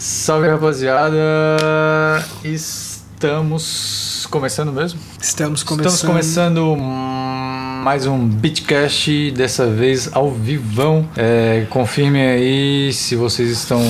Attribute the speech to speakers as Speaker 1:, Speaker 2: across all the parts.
Speaker 1: Salve rapaziada! Estamos começando mesmo?
Speaker 2: Estamos começando.
Speaker 1: Estamos começando mais um Beatcast, dessa vez ao vivão. É, confirme aí se vocês estão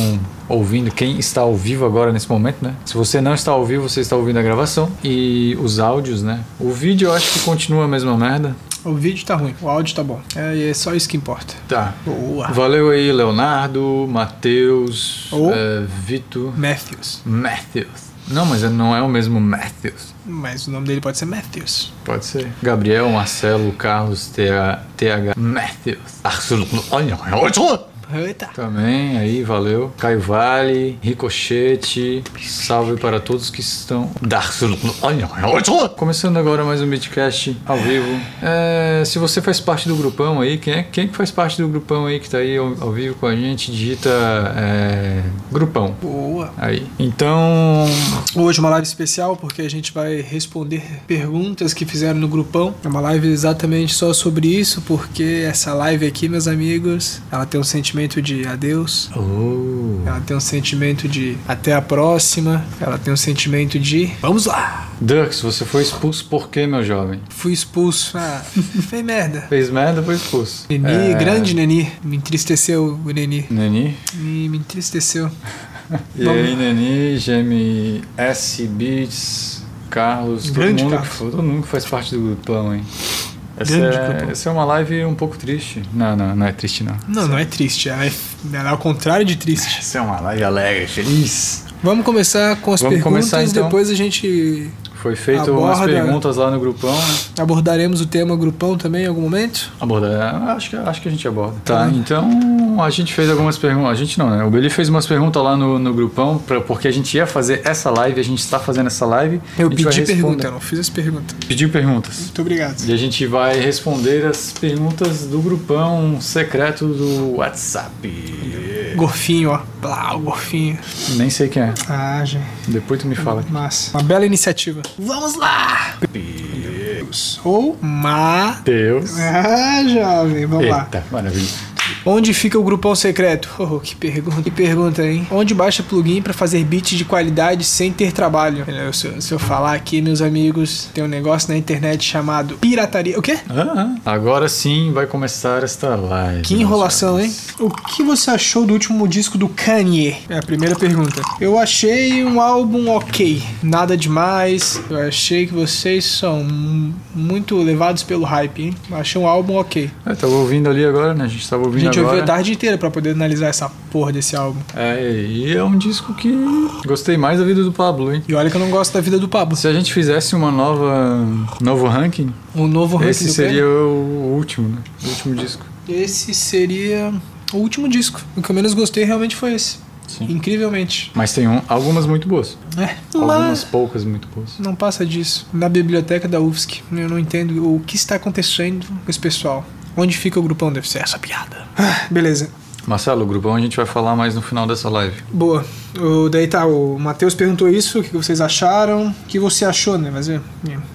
Speaker 1: ouvindo, quem está ao vivo agora nesse momento, né? Se você não está ao vivo, você está ouvindo a gravação e os áudios, né? O vídeo eu acho que continua a mesma merda.
Speaker 2: O vídeo tá ruim, o áudio tá bom. É, e é só isso que importa.
Speaker 1: Tá.
Speaker 2: Boa.
Speaker 1: Valeu aí, Leonardo, Matheus,
Speaker 2: Ou-
Speaker 1: é, Vitor,
Speaker 2: Matthews.
Speaker 1: Matthews. Não, mas não é o mesmo Matthews.
Speaker 2: Mas o nome dele pode ser Matthews.
Speaker 1: Pode ser. Gabriel, Marcelo, Carlos, TH, TH Matthews. Ah,
Speaker 2: Eita.
Speaker 1: Também, aí, valeu. Caio Vale, Ricochete, salve para todos que estão. Começando agora mais um Midcast ao vivo. É, se você faz parte do grupão aí, quem é quem que faz parte do grupão aí que tá aí ao, ao vivo com a gente, digita é, grupão.
Speaker 2: Boa.
Speaker 1: Aí. Então,
Speaker 2: Hoje uma live especial porque a gente vai responder perguntas que fizeram no grupão. É uma live exatamente só sobre isso, porque essa live aqui, meus amigos, ela tem um sentimento de adeus,
Speaker 1: Oh.
Speaker 2: ela tem um sentimento de até a próxima, ela tem um sentimento de vamos lá.
Speaker 1: Dux, você foi expulso por quê, meu jovem?
Speaker 2: Fui expulso. Ah, foi merda.
Speaker 1: Fez merda, foi expulso.
Speaker 2: Neni, grande Neni, me entristeceu o Neni.
Speaker 1: Neni.
Speaker 2: Me, me entristeceu.
Speaker 1: E
Speaker 2: Vamos.
Speaker 1: aí, Neni, Gemi, S Beats, Carlos, todo
Speaker 2: Grande
Speaker 1: mundo, que
Speaker 2: Carlos.
Speaker 1: fa- todo mundo que faz parte do grupão, hein? Essa
Speaker 2: Grande
Speaker 1: é,
Speaker 2: grupão.
Speaker 1: essa é uma live um pouco triste. Não, não, não é triste, não.
Speaker 2: Não, não é triste, ela é, ela é ao contrário de triste.
Speaker 1: Essa é uma live alegre, feliz.
Speaker 2: Vamos começar com as
Speaker 1: Vamos
Speaker 2: perguntas,
Speaker 1: começar, então.
Speaker 2: depois a gente
Speaker 1: Foi feito umas
Speaker 2: Aborda-
Speaker 1: perguntas lá no grupão, né?
Speaker 2: abordaremos o tema grupão também em algum momento.
Speaker 1: Abordar. Acho que, acho que a gente aborda. Tá, então a gente fez algumas perguntas. A gente não, né? O Beli fez umas perguntas lá no, no grupão, pra, porque a gente ia fazer essa live, a gente está fazendo essa live.
Speaker 2: Eu
Speaker 1: A gente vai
Speaker 2: pedi pergunta,
Speaker 1: responder.
Speaker 2: eu não fiz as perguntas.
Speaker 1: Pediu perguntas.
Speaker 2: Muito obrigado.
Speaker 1: E a gente vai responder as perguntas do grupão secreto do WhatsApp.
Speaker 2: Gorfinho, ó. Blá, o gorfinho.
Speaker 1: Nem sei quem é.
Speaker 2: Ah, já.
Speaker 1: Depois tu me fala.
Speaker 2: Massa. Uma bela iniciativa. Vamos lá! Ou ma.
Speaker 1: Deus.
Speaker 2: Ah, jovem, vamos lá.
Speaker 1: Eita, maravilha.
Speaker 2: Onde fica o grupão secreto? Oh, que pergunta, que pergunta, hein? Onde baixa plugin pra fazer beats de qualidade sem ter trabalho? Olha, Se eu, se eu falar aqui, meus amigos, tem um negócio na internet chamado pirataria. O quê?
Speaker 1: Ah, agora sim vai começar esta live.
Speaker 2: Que enrolação, hein? O que você achou do último disco do Kanye? É a primeira pergunta. Eu achei um álbum ok, nada demais. Eu achei que vocês são mu- muito levados pelo hype, hein? Eu achei um álbum ok.
Speaker 1: É, tava ouvindo ali agora, né? A gente tava
Speaker 2: A
Speaker 1: ouvindo
Speaker 2: gente ouviu
Speaker 1: agora.
Speaker 2: a tarde inteira pra poder analisar essa porra desse álbum.
Speaker 1: É, e é um disco que gostei mais da vida do Pablo, hein?
Speaker 2: E olha que eu não gosto da vida do Pablo.
Speaker 1: Se a gente fizesse uma nova novo ranking,
Speaker 2: O novo Um ranking
Speaker 1: esse
Speaker 2: do
Speaker 1: seria o último, né? O último disco.
Speaker 2: Grammy? Esse seria o último disco. O que eu menos gostei realmente foi esse.
Speaker 1: Sim.
Speaker 2: Incrivelmente.
Speaker 1: Mas tem um- algumas muito boas.
Speaker 2: É.
Speaker 1: Algumas
Speaker 2: Mas
Speaker 1: poucas muito boas.
Speaker 2: não passa disso. Na biblioteca da UFSC, eu não entendo o que está acontecendo com esse pessoal. Onde fica o grupão? Deve ser essa piada. Ah, beleza.
Speaker 1: Marcelo, o grupão a gente vai falar mais no final dessa live.
Speaker 2: Boa. O, daí tá, o Matheus perguntou isso, o que vocês acharam, o que você achou, né? Mas é,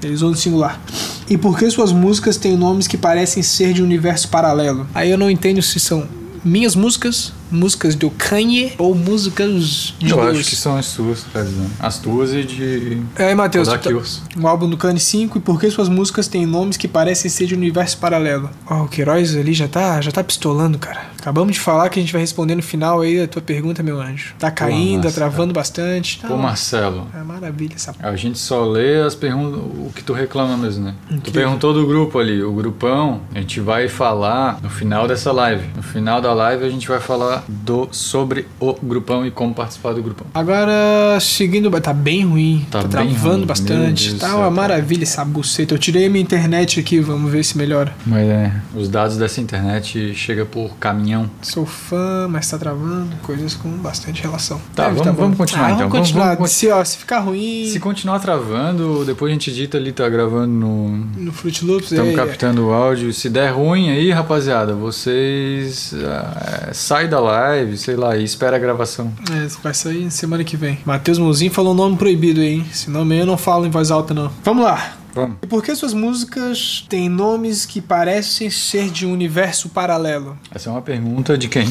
Speaker 2: ele usou no singular. E por que suas músicas têm nomes que parecem ser de um universo paralelo? Aí eu não entendo se são minhas músicas, músicas do Kanye ou músicas de
Speaker 1: Eu
Speaker 2: Deus.
Speaker 1: acho que são as tuas, tá dizendo. As tuas e de.
Speaker 2: É, Matheus, tu tá-
Speaker 1: Kodakios.
Speaker 2: um álbum do Kanye 5 e por que suas músicas têm nomes que parecem ser de um universo paralelo? Ó, o Queiroz ali já tá, já tá pistolando, cara. Acabamos de falar que a gente vai responder no final aí a tua pergunta, meu anjo. Tá caindo,
Speaker 1: massa,
Speaker 2: tá travando bastante. Tá
Speaker 1: Pô,
Speaker 2: bom.
Speaker 1: Marcelo,
Speaker 2: É maravilha essa p-
Speaker 1: a gente só lê as perguntas, o que tu reclama mesmo, né? Tu
Speaker 2: Incrível.
Speaker 1: perguntou do grupo ali, o grupão, a gente vai falar no final dessa live. No final da live a gente vai falar do, sobre o grupão e como participar do grupão.
Speaker 2: Agora, seguindo, tá bem ruim,
Speaker 1: Tá
Speaker 2: tá,
Speaker 1: bem
Speaker 2: travando
Speaker 1: ruim, é meu Deus
Speaker 2: bastante,
Speaker 1: do
Speaker 2: tá
Speaker 1: céu,
Speaker 2: uma
Speaker 1: cara.
Speaker 2: maravilha essa buceta. Eu tirei minha internet aqui, vamos ver se melhora.
Speaker 1: Mas é, os dados dessa internet chegam por caminhão.
Speaker 2: Sou fã, mas tá travando, coisas com bastante relação.
Speaker 1: Tá,
Speaker 2: Deve
Speaker 1: vamos-
Speaker 2: bom.
Speaker 1: vamos continuar,
Speaker 2: Ah,
Speaker 1: então. Vamos-
Speaker 2: Vamos continuar.
Speaker 1: vamos-
Speaker 2: se, ó, se ficar ruim
Speaker 1: Se continuar travando, depois a gente edita ali, tá gravando no,
Speaker 2: no Fruit Loops,
Speaker 1: Estamos
Speaker 2: aí,
Speaker 1: captando o áudio. Se der ruim aí, rapaziada, vocês ah, sai da live, sei lá, e espera a gravação.
Speaker 2: É, vai sair semana que vem. Matheus Mouzinho falou um nome proibido aí, hein? Esse nome aí eu não falo em voz alta, não. Vamos lá.
Speaker 1: Vamos.
Speaker 2: E por que suas músicas têm nomes que parecem ser de um universo paralelo?
Speaker 1: Essa é uma pergunta de quem?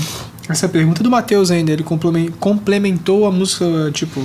Speaker 2: Essa pergunta é do Matheus ainda, ele complemen- complementou a música, tipo,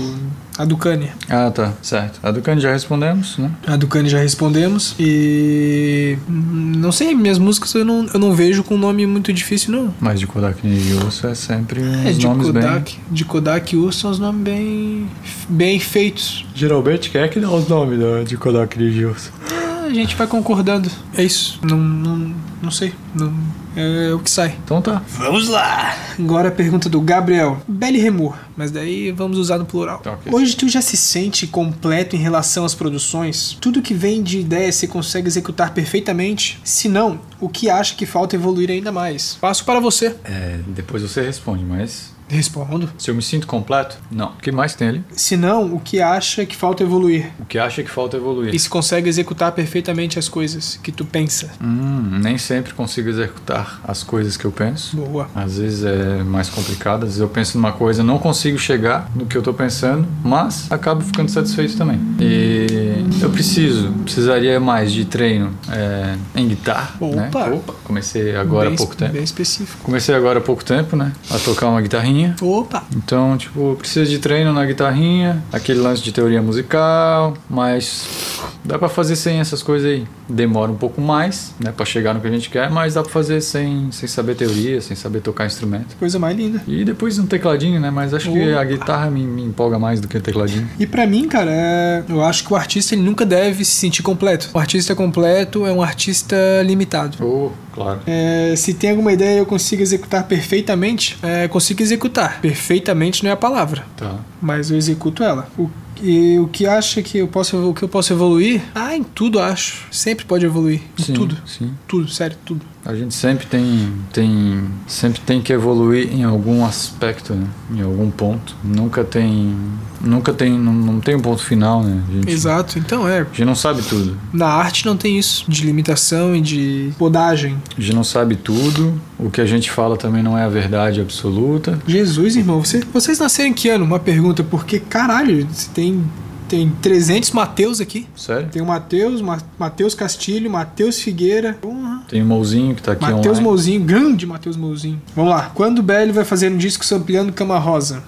Speaker 2: a do Kanye.
Speaker 1: Ah, tá, certo. A do Kanye já respondemos, né?
Speaker 2: A do Kanye já respondemos. E. hum, Não sei, minhas músicas eu não, eu não vejo com nome muito difícil, não.
Speaker 1: Mas de Kodak Nilson é sempre uns
Speaker 2: É, de
Speaker 1: nomes bem...
Speaker 2: Kodak, de Kodak e Urso são os nomes bem, bem feitos.
Speaker 1: Geralmente, quem é que dá os nomes da- de Kodak Nilson?
Speaker 2: Ah, A gente vai concordando. É isso. Não, não, não sei. Não, é, o que sai.
Speaker 1: Então tá.
Speaker 2: Vamos lá! Agora a pergunta do Gabriel. Belle Remor, mas daí vamos usar no plural.
Speaker 1: Tá, ok.
Speaker 2: Hoje tu já se sente completo em relação às produções? Tudo que vem de ideia você consegue executar perfeitamente? Se não, o que acha que falta evoluir ainda mais? Passo para você.
Speaker 1: É, depois você responde, mas...
Speaker 2: Respondo.
Speaker 1: Se eu me sinto completo? Não. O que mais tem ali?
Speaker 2: Se não, o que acha que falta evoluir?
Speaker 1: O que acha que falta é evoluir?
Speaker 2: E se consegue executar perfeitamente as coisas que tu pensa?
Speaker 1: Hum, nem sempre consigo executar as coisas que eu penso.
Speaker 2: Boa.
Speaker 1: Às vezes é mais complicado, às vezes eu penso numa coisa, não consigo chegar no que eu tô pensando, mas acabo ficando satisfeito também. E eu preciso, precisaria mais de treino é, em guitarra. né?
Speaker 2: Opa!
Speaker 1: Opa! Comecei agora
Speaker 2: bem,
Speaker 1: há pouco tempo.
Speaker 2: Bem específico.
Speaker 1: Comecei agora há pouco tempo, né? A tocar uma guitarrinha.
Speaker 2: Opa!
Speaker 1: Então, tipo, precisa de treino na guitarrinha, aquele lance de teoria musical, mas dá pra fazer sem essas coisas aí. Demora um pouco mais, né, Pra chegar no que a gente quer, mas dá pra fazer sem, sem saber teoria, sem saber tocar instrumento.
Speaker 2: Coisa mais linda.
Speaker 1: E depois um tecladinho, né? Mas acho que
Speaker 2: Opa.
Speaker 1: a guitarra me, me empolga mais do que o tecladinho.
Speaker 2: E pra mim, cara, é- eu acho que o artista ele nunca deve se sentir completo. O artista completo é um artista limitado.
Speaker 1: Oh, claro.
Speaker 2: É, se tem alguma ideia e eu consigo executar perfeitamente, é, consigo executar. Perfeitamente não é a palavra,
Speaker 1: Tá.
Speaker 2: mas eu executo ela. O, e o que acha que eu posso, o que eu posso evoluir? Ah, em tudo acho. Sempre pode evoluir. Em
Speaker 1: Sim,
Speaker 2: tudo.
Speaker 1: sim.
Speaker 2: Tudo, sério, tudo.
Speaker 1: A gente sempre tem, tem, sempre tem que evoluir em algum aspecto, né? Em algum ponto. Nunca tem, nunca tem, não, não tem um ponto final, né? A gente,
Speaker 2: Exato. Então é,
Speaker 1: A gente não sabe tudo.
Speaker 2: na arte não tem isso de limitação e de podagem.
Speaker 1: A gente não sabe tudo. O que a gente fala também não é a verdade absoluta.
Speaker 2: Jesus, irmão, você- vocês nasceram em que ano? Uma pergunta, porque caralho, tem, tem 300 Mateus aqui.
Speaker 1: Sério?
Speaker 2: Tem o Mateus, Ma- Mateus Castilho, Mateus Figueira. Porra.
Speaker 1: Tem o Mouzinho que tá aqui
Speaker 2: Mateus
Speaker 1: online.
Speaker 2: Mouzinho, grande Mateus Mouzinho. Vamos lá. Quando o Belly vai fazer um disco sampleando Cama Rosa?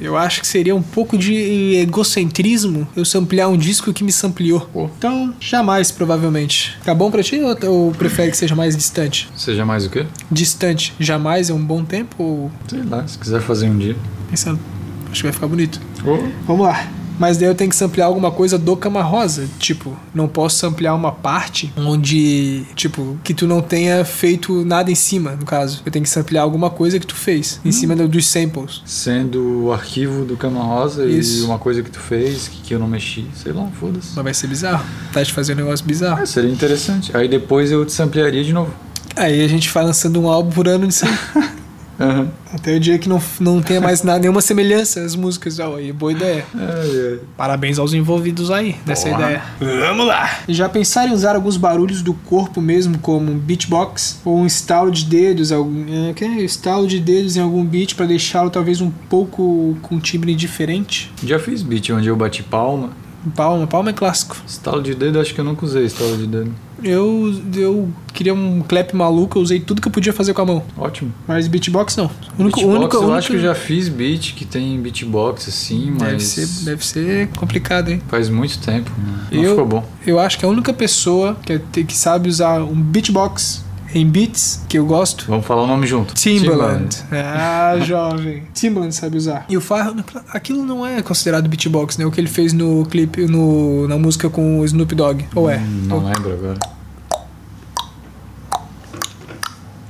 Speaker 2: Eu acho que seria um pouco de egocentrismo eu samplear um disco que me sampleou.
Speaker 1: Pô.
Speaker 2: Então, jamais, provavelmente. Tá bom pra ti ou, ou prefere que seja mais distante?
Speaker 1: Seja mais o quê?
Speaker 2: Distante, jamais é um bom tempo ou
Speaker 1: Sei lá, se quiser fazer um dia.
Speaker 2: pensando? Acho que vai ficar bonito.
Speaker 1: Oh.
Speaker 2: Vamos lá. Mas daí eu tenho que samplear alguma coisa do Cama Rosa. Tipo, não posso samplear uma parte onde, tipo, que tu não tenha feito nada em cima, no caso. Eu tenho que samplear alguma coisa que tu fez, em cima do- dos samples.
Speaker 1: Sendo o arquivo do Cama Rosa
Speaker 2: Isso.
Speaker 1: e uma coisa que tu fez que, que eu não mexi. Sei lá, foda-se.
Speaker 2: Mas vai ser bizarro. Tá te fazendo um negócio bizarro.
Speaker 1: Ah, seria interessante. Aí depois eu te ampliaria de novo.
Speaker 2: Aí a gente vai lançando um álbum por ano disso. aí.
Speaker 1: Aham.
Speaker 2: Até o dia que não, não tenha mais nada, nenhuma semelhança às músicas. Ó, aí, boa ideia.
Speaker 1: Ai, ai.
Speaker 2: Parabéns aos envolvidos aí nessa
Speaker 1: Porra.
Speaker 2: ideia. Vamos lá! Já pensaram em usar alguns barulhos do corpo mesmo, como um beatbox ou um estalo de dedos, algum, é, que é, estalo de dedos em algum beat pra deixá-lo talvez um pouco com um timbre diferente?
Speaker 1: Já fiz beat onde eu bati palma.
Speaker 2: Palma, palma é clássico.
Speaker 1: Estalo de dedo, acho que eu nunca usei estalo de dedo.
Speaker 2: Eu, eu queria um clap maluco, eu usei tudo que eu podia fazer com a mão,
Speaker 1: Ótimo.
Speaker 2: mas beatbox não. O único,
Speaker 1: beatbox,
Speaker 2: o único,
Speaker 1: eu
Speaker 2: o único-
Speaker 1: acho que eu já fiz beat que tem beatbox assim, mas
Speaker 2: Deve ser, deve ser complicado, hein?
Speaker 1: faz muito tempo. Não
Speaker 2: Eu-
Speaker 1: ficou bom.
Speaker 2: Eu acho que a única pessoa que, te- que sabe usar um beatbox em beats que eu gosto.
Speaker 1: Vamos falar o nome junto.
Speaker 2: Timbaland. Ah, jovem. Timbaland sabe usar. E o Farro, aquilo não é considerado beatbox, né? O que ele fez no clipe, no, na música com o Snoop Dogg. Ou é?
Speaker 1: Hum, Não lembro agora.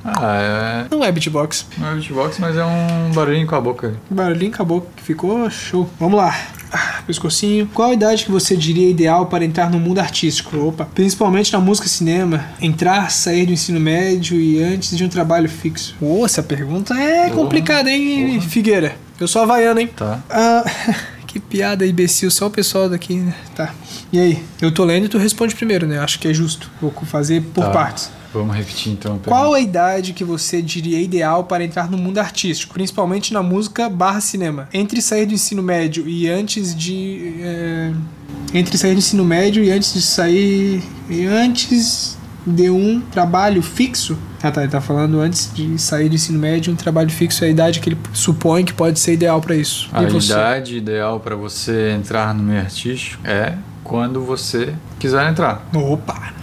Speaker 1: Ah,
Speaker 2: Não é beatbox.
Speaker 1: é. Não é beatbox, mas é um barulhinho com a boca.
Speaker 2: Barulhinho acabou que ficou show. Vamos lá. Ah, Pescocinho. Qual a idade que você diria ideal para entrar no mundo artístico? Opa. Principalmente na música e cinema. Entrar, sair do ensino médio e antes de um trabalho fixo. Ô, essa pergunta é
Speaker 1: Porra.
Speaker 2: complicada, hein,
Speaker 1: Porra.
Speaker 2: Figueira? Eu sou havaiano, hein?
Speaker 1: Tá.
Speaker 2: Ah, que piada imbecil. Só o pessoal daqui, né? Tá. E aí? Eu tô lendo e tu responde primeiro, né? Acho que é justo. Vou fazer por
Speaker 1: Tá.
Speaker 2: partes.
Speaker 1: Vamos repetir então. a
Speaker 2: Qual a idade que você diria ideal para entrar no mundo artístico, principalmente na música barra cinema? Entre sair do ensino médio e antes eh, de. é, Entre sair do ensino médio e antes de sair. E antes de um trabalho fixo. Ah, tá, ele tá falando antes de sair do ensino médio, um trabalho fixo é a idade que ele supõe que pode ser ideal para isso.
Speaker 1: A
Speaker 2: é E você?
Speaker 1: idade ideal para você entrar no meio artístico é quando você quiser entrar.
Speaker 2: Opa!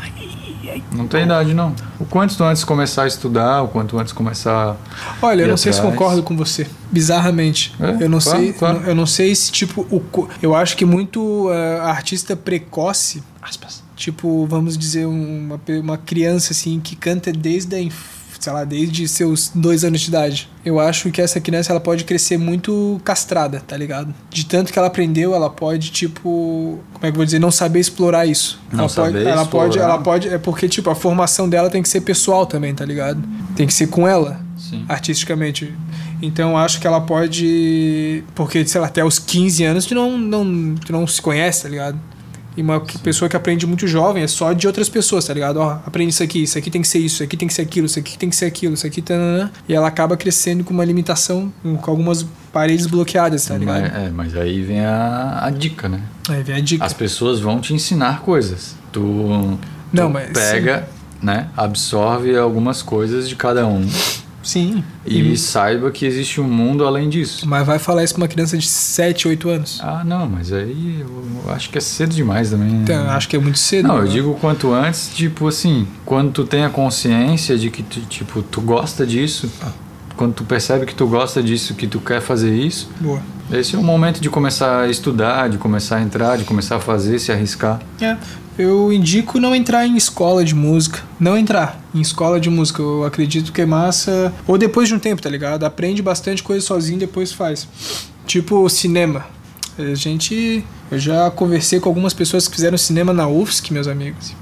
Speaker 1: Não tem idade, não. O quanto antes começar a estudar, o quanto antes começar.
Speaker 2: Olha, eu
Speaker 1: E
Speaker 2: não sei se
Speaker 1: atrás.
Speaker 2: concordo com você. Bizarramente.
Speaker 1: É,
Speaker 2: eu não
Speaker 1: claro,
Speaker 2: sei.
Speaker 1: claro.
Speaker 2: Eu não sei se, tipo, o, co- eu acho que muito eh, artista precoce. Aspas. Tipo, vamos dizer, uma, pe- uma criança assim que canta desde a inf- sei lá, desde seus dois anos de idade. Eu acho que essa criança ela pode crescer muito castrada, tá ligado? De tanto que ela aprendeu, ela pode, tipo. Como é que eu vou dizer? Não saber explorar isso.
Speaker 1: Não
Speaker 2: ela pode,
Speaker 1: saber
Speaker 2: ela pode,
Speaker 1: explorar.
Speaker 2: ela pode. É porque, tipo, a formação dela tem que ser pessoal também, tá ligado? Tem que ser com ela
Speaker 1: Sim.
Speaker 2: artisticamente. Então eu acho que ela pode. Porque, sei lá, até os 15 anos tu não, não, tu não se conhece, tá ligado? E uma que- pessoa que aprende muito jovem é só de outras pessoas, tá ligado? Ó, aprende isso aqui, isso aqui tem que ser isso, isso aqui tem que ser aquilo, isso aqui tem que ser aquilo, isso aqui. Tanana, e ela acaba crescendo com uma limitação, com com algumas paredes bloqueadas, tá ligado?
Speaker 1: Mas, é, mas aí vem a, a dica, né?
Speaker 2: Aí vem a dica.
Speaker 1: As pessoas vão te ensinar coisas. Tu,
Speaker 2: Não,
Speaker 1: tu
Speaker 2: mas-
Speaker 1: pega, né? Absorve algumas coisas de cada um.
Speaker 2: Sim. Uhum.
Speaker 1: E saiba que existe um mundo além disso.
Speaker 2: Mas vai falar isso pra uma criança de 7, 8 anos?
Speaker 1: Ah, não, mas aí eu acho que é cedo demais também. né?
Speaker 2: Então, eu acho que é muito cedo.
Speaker 1: Não, eu
Speaker 2: né?
Speaker 1: digo quanto antes, tipo assim, quando tu tem a consciência de que tu, tipo, tu gosta disso,
Speaker 2: Ah.
Speaker 1: quando tu percebe que tu gosta disso, que tu quer fazer isso,
Speaker 2: Boa.
Speaker 1: esse é o momento de começar a estudar, de começar a entrar, de começar a fazer, se arriscar.
Speaker 2: É, eu indico não entrar em escola de música. Não entrar em escola de música. Eu acredito que é massa. Ou depois de um tempo, tá ligado? Aprende bastante coisa sozinho depois faz. Tipo cinema. A gente. Eu já conversei com algumas pessoas que fizeram cinema na UFSC, meus amigos.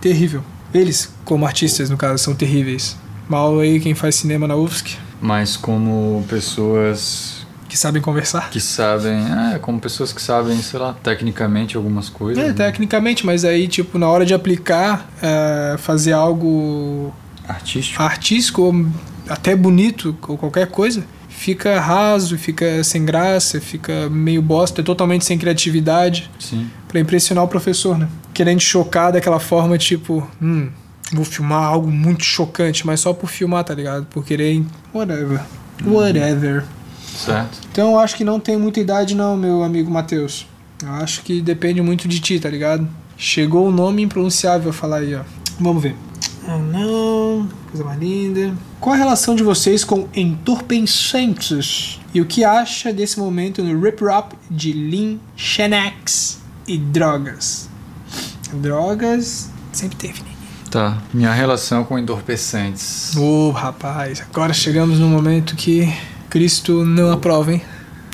Speaker 2: Terrível. Eles, como artistas, no caso, são terríveis. Mal aí quem faz cinema na UFSC,
Speaker 1: Mas como pessoas
Speaker 2: que sabem conversar.
Speaker 1: que sabem, é, como pessoas que sabem, sei lá, tecnicamente algumas coisas.
Speaker 2: É,
Speaker 1: né?
Speaker 2: tecnicamente, mas aí, tipo, na hora de aplicar, é, fazer algo
Speaker 1: Artístico.
Speaker 2: artístico ou até bonito ou qualquer coisa fica raso, fica sem graça, fica meio bosta, é totalmente sem criatividade
Speaker 1: Sim.
Speaker 2: Pra impressionar o professor, né? Querendo chocar daquela forma tipo, hum, vou filmar algo muito chocante, mas só por filmar, tá ligado? Por querer whatever, whatever.
Speaker 1: Certo.
Speaker 2: Então eu acho que não tem muita idade não, meu amigo Matheus. Eu acho que depende muito de ti, tá ligado? Chegou o nome impronunciável a falar aí, ó. Vamos ver. Ah, não. Coisa mais linda. Qual a relação de vocês com entorpecentes? E o que acha desse momento no Rip Rap de Lean, Xanax e drogas? Drogas sempre teve, né?
Speaker 1: Tá. Minha relação com entorpecentes.
Speaker 2: Ô, rapaz, agora chegamos num momento que Cristo não aprova, hein?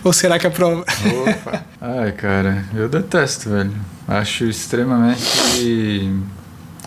Speaker 2: Ou será que aprova?
Speaker 1: Opa. Ai, cara, eu detesto, velho. Acho extremamente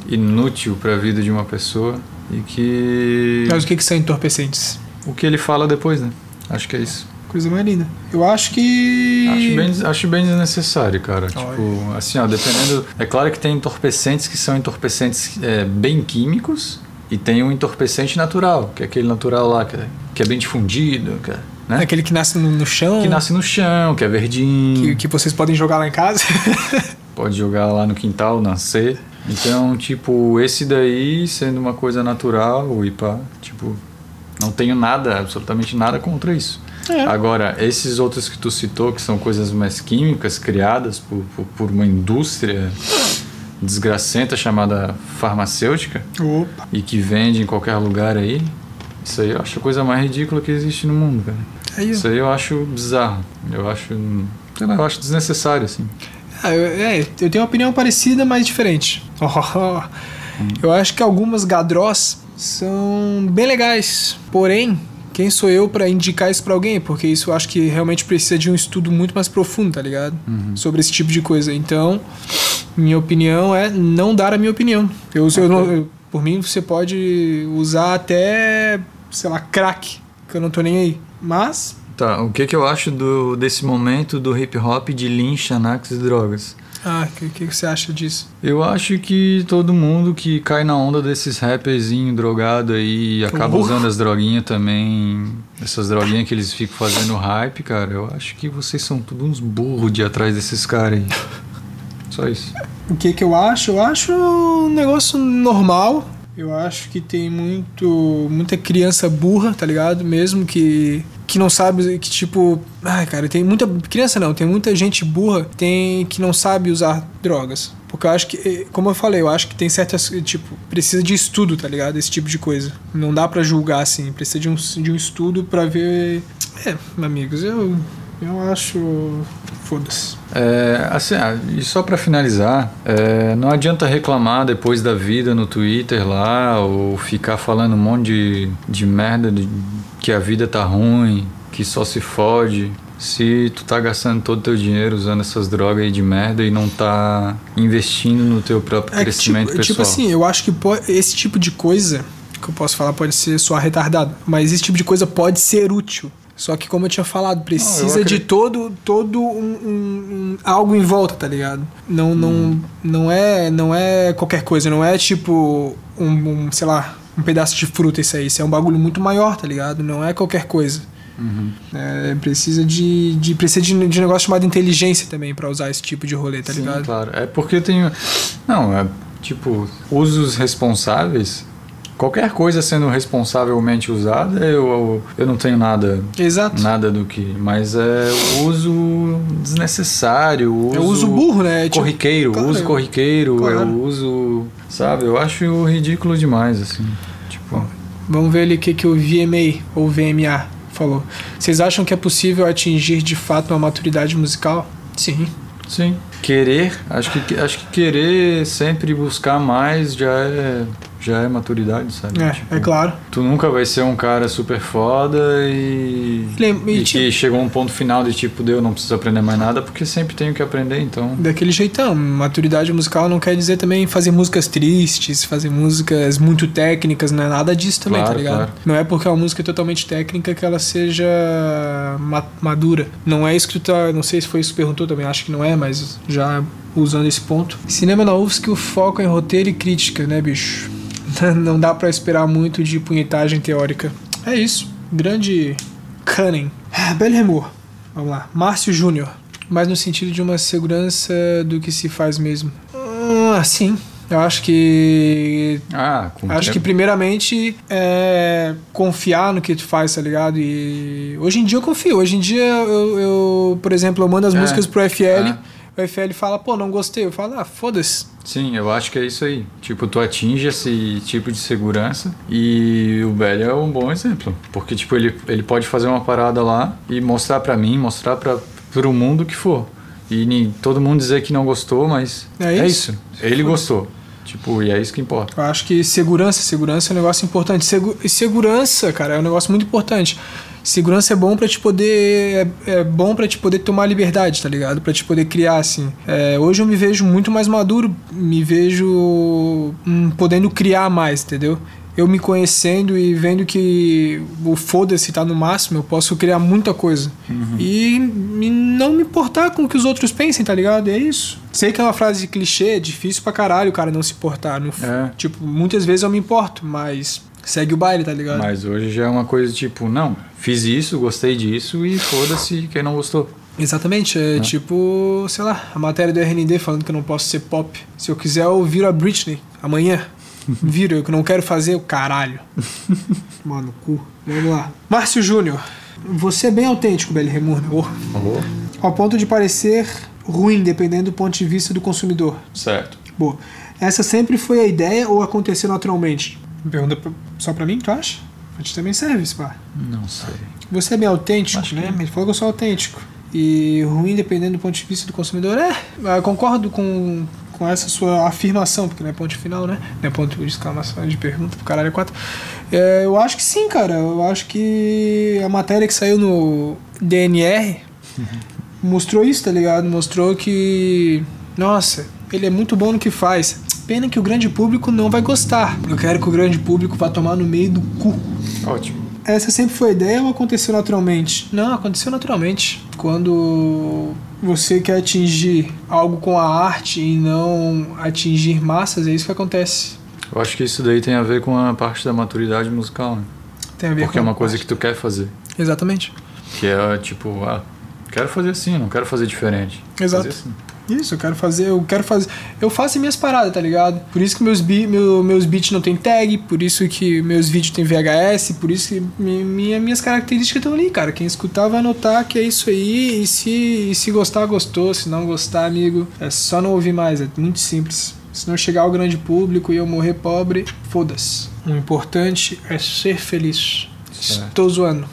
Speaker 1: inútil pra vida de uma pessoa e que
Speaker 2: Mas o que, que são entorpecentes?
Speaker 1: o que ele fala depois, né? Acho que é isso.
Speaker 2: Coisa mais linda. Eu acho que.
Speaker 1: Acho bem, acho bem desnecessário, cara.
Speaker 2: Olha.
Speaker 1: Tipo, assim, ó, dependendo. É claro que tem entorpecentes que são entorpecentes é, bem químicos e tem um entorpecente natural, que é aquele natural lá que é, que é bem difundido, cara, né?
Speaker 2: Aquele É que nasce no, no chão.
Speaker 1: Que nasce no chão, que é verdinho.
Speaker 2: que, que vocês podem jogar lá em casa.
Speaker 1: pode jogar lá no quintal, nascer. Então, tipo, esse daí sendo uma coisa natural e pá, tipo, não tenho nada, absolutamente nada contra isso.
Speaker 2: É.
Speaker 1: Agora, esses outros que tu citou, que são coisas mais químicas, criadas por, por, por uma indústria desgracenta chamada farmacêutica
Speaker 2: Opa.
Speaker 1: e que vende em qualquer lugar aí, isso aí eu acho a coisa mais ridícula que existe no mundo, cara.
Speaker 2: É isso.
Speaker 1: Isso aí eu acho bizarro. Eu acho, sei lá, eu acho desnecessário, assim.
Speaker 2: Ah, eu, é, eu tenho uma opinião parecida, mas diferente. Oh, Eu acho que algumas gadrós são bem legais. Porém, quem sou eu pra indicar isso pra alguém? Porque isso eu acho que realmente precisa de um estudo muito mais profundo, tá ligado? Sobre esse tipo de coisa. Então, minha opinião é não dar a minha opinião. Eu, eu não- eu- por mim, você pode usar até, sei lá, crack, que eu não tô nem aí. Mas,
Speaker 1: Tá, o que que eu acho do, desse momento do hip hop de Lean, Xanax e drogas?
Speaker 2: ah, o que, que você acha disso?
Speaker 1: Eu acho que todo mundo que cai na onda desses rapperzinho drogado aí e acaba
Speaker 2: horror.
Speaker 1: usando as droguinhas também, essas droguinhas que eles ficam fazendo hype, cara, eu acho que vocês são tudo uns burros de ir atrás desses caras aí. Só isso.
Speaker 2: O que que eu acho? Eu acho um negócio normal. Eu acho que tem muito muita criança burra, tá ligado? Mesmo que que não sabe que tipo, ai cara, tem muita criança não, tem muita gente burra, tem que não sabe usar drogas. Porque eu acho que, eh, como eu falei, eu acho que tem certas. Tipo, precisa de estudo, tá ligado? Esse tipo de coisa. Não dá para julgar assim. Precisa de um, de um estudo para ver. É, amigos, eu. Eu acho. Foda-se.
Speaker 1: É, assim, ah, e só para finalizar, é, não adianta reclamar depois da vida no Twitter lá, ou ficar falando um monte de, de merda, de, que a vida tá ruim, que só se fode se tu tá gastando todo o teu dinheiro usando essas drogas aí de merda e não tá investindo no teu próprio
Speaker 2: É que,
Speaker 1: crescimento
Speaker 2: tipo,
Speaker 1: pessoal.
Speaker 2: Tipo assim, eu acho que po- esse tipo de coisa que eu posso falar pode ser só retardado, mas esse tipo de coisa pode ser útil. Só que, como eu tinha falado, precisa de
Speaker 1: acredito.
Speaker 2: todo, todo um, um- um- algo em volta, tá ligado? Não,
Speaker 1: Hum.
Speaker 2: não, não é, não é qualquer coisa. Não é tipo um, um, sei lá, um pedaço de fruta isso aí. Isso é um bagulho muito maior, tá ligado? Não é qualquer coisa.
Speaker 1: Uhum.
Speaker 2: É, precisa de, de precisa de, de um negócio chamado inteligência também pra usar esse tipo de rolê, tá
Speaker 1: Sim,
Speaker 2: ligado?
Speaker 1: claro. É porque tem. Não, é tipo, usos responsáveis. Qualquer coisa sendo responsavelmente usada, eu, eu, eu não tenho nada
Speaker 2: Exato.
Speaker 1: nada do que. Mas é o uso desnecessário. O uso,
Speaker 2: É o uso burro, né? É tipo-
Speaker 1: Corriqueiro,
Speaker 2: Claro,
Speaker 1: uso corriqueiro, é
Speaker 2: claro.
Speaker 1: o uso. Sabe? Eu acho ridículo demais, assim. Tipo.
Speaker 2: Vamos ver ali o que, que o VMA ou VMA falou. Vocês acham que é possível atingir de fato uma maturidade musical? Sim.
Speaker 1: Sim. Querer, acho que, acho que querer sempre buscar mais já é, já é maturidade, sabe? Tipo,
Speaker 2: É, é claro.
Speaker 1: Tu nunca vai ser um cara super foda e.
Speaker 2: Lem- e
Speaker 1: e
Speaker 2: tipo-
Speaker 1: que chegou um ponto final de tipo, deu, não preciso aprender mais nada, porque sempre tenho que aprender, então.
Speaker 2: Daquele jeitão. Maturidade musical não quer dizer também fazer músicas tristes, fazer músicas muito técnicas, não é nada disso também,
Speaker 1: Claro,
Speaker 2: tá ligado?
Speaker 1: claro.
Speaker 2: Não é porque é uma música totalmente técnica que ela seja ma- madura. Não é isso que tu tá. Não sei se foi isso que tu perguntou também, acho que não é, mas já usando esse ponto. Cinema na UFSC, o foco é em roteiro e crítica, né, bicho? Não dá pra esperar muito de punhetagem teórica. É isso. Grande Cunning. Belremor. Vamos lá. Márcio Júnior. Mas no sentido de uma segurança do que se faz mesmo. Ah, sim. Eu acho que
Speaker 1: Ah, com
Speaker 2: Acho que
Speaker 1: tempo.
Speaker 2: primeiramente é confiar no que tu faz, tá ligado? E hoje em dia eu confio. Hoje em dia eu, eu, por exemplo, eu mando as
Speaker 1: É,
Speaker 2: músicas pro FL,
Speaker 1: é.
Speaker 2: o FL fala, pô, não gostei. Eu falo, ah, foda-se.
Speaker 1: Sim, eu acho que é isso aí. Tipo, tu atinge esse tipo de segurança e o Belly é um bom exemplo. Porque, tipo, ele, ele pode fazer uma parada lá e mostrar pra mim, mostrar pra, pro mundo que for. E ni- todo mundo dizer que não gostou, mas
Speaker 2: É isso.
Speaker 1: Ele gostou. Tipo, e é isso que importa.
Speaker 2: Eu acho que segurança, segurança é um negócio importante. Segu e segurança, cara, é um negócio muito importante. Segurança é bom pra te poder é, é bom para te poder tomar liberdade, tá ligado? Pra te poder criar assim. É, hoje eu me vejo muito mais maduro, me vejo hum, podendo criar mais, entendeu? Eu me conhecendo e vendo que o foda-se tá no máximo, eu posso criar muita coisa. E, e não me importar com o que os outros pensem, tá ligado? É isso. Sei que é uma frase de clichê, é difícil pra caralho o cara não se importar. No,
Speaker 1: É.
Speaker 2: Tipo, muitas vezes eu me importo, mas segue o baile, tá ligado?
Speaker 1: Mas hoje já é uma coisa tipo, não, fiz isso, gostei disso e foda-se quem não gostou.
Speaker 2: Exatamente, é tipo, sei lá, a matéria do RND falando que eu não posso ser pop. Se eu quiser, eu viro a Britney amanhã. Viro, eu que não quero fazer, o caralho. Mano, cu. Vamos lá. Márcio Júnior, você é bem autêntico, Beli Remurno. Oh. Ao ponto de parecer ruim, dependendo do ponto de vista do consumidor.
Speaker 1: Certo.
Speaker 2: Boa. Essa sempre foi a ideia ou aconteceu naturalmente? Pergunta pra- só pra mim, tu acha? A gente também serve, esse pá.
Speaker 1: Não sei.
Speaker 2: Você é bem autêntico,
Speaker 1: Acho que
Speaker 2: né? Ele falou que eu sou autêntico. E ruim, dependendo do ponto de vista do consumidor. É, eu concordo com, com essa sua afirmação, porque não é ponto final, né? Não é ponto de exclamação, de pergunta, pro caralho, é quatro. É, eu acho que sim, cara. Eu acho que a matéria que saiu no DNR
Speaker 1: Uhum.
Speaker 2: mostrou isso, tá ligado? Mostrou que. Nossa, ele é muito bom no que faz. Pena que o grande público não vai gostar. Eu quero que o grande público vá tomar no meio do cu.
Speaker 1: Ótimo.
Speaker 2: Essa sempre foi a ideia ou aconteceu naturalmente? Não, aconteceu naturalmente. Quando você quer atingir algo com a arte e não atingir massas, é isso que acontece.
Speaker 1: Eu acho que isso daí tem a ver com a parte da maturidade musical, né?
Speaker 2: Tem a ver
Speaker 1: Porque é
Speaker 2: com
Speaker 1: uma coisa que tu quer fazer.
Speaker 2: Exatamente.
Speaker 1: Que é tipo, ah, quero fazer assim, não quero fazer diferente.
Speaker 2: Exato.
Speaker 1: Fazer assim.
Speaker 2: Isso, eu quero fazer, eu quero fazer. Eu faço minhas paradas, tá ligado? Por isso que meus, bi, meu, meus beats não tem tag, por isso que meus vídeos tem VHS, por isso que mi, minha, minhas características estão ali, cara. Quem escutar vai notar que é isso aí. E se, e se gostar, gostou. Se não gostar, amigo, é só não ouvir mais. É muito simples. Se não chegar ao grande público e eu morrer pobre, foda-se. O importante é ser feliz.
Speaker 1: Certo.
Speaker 2: Estou zoando.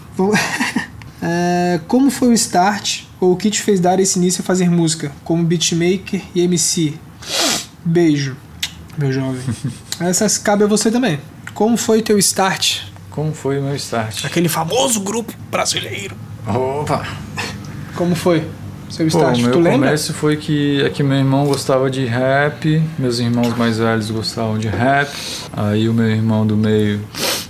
Speaker 2: É, como foi o start ou o que te fez dar esse início a fazer música, como beatmaker e MC? Beijo, meu jovem. Essas cabe a você também. Como foi teu start?
Speaker 1: Como foi o meu start?
Speaker 2: Aquele famoso grupo brasileiro.
Speaker 1: Opa!
Speaker 2: Como foi seu
Speaker 1: Pô,
Speaker 2: start?
Speaker 1: o meu
Speaker 2: tu lembra?
Speaker 1: começo foi que é que meu irmão gostava de rap, meus irmãos mais velhos gostavam de rap, aí o meu irmão do meio,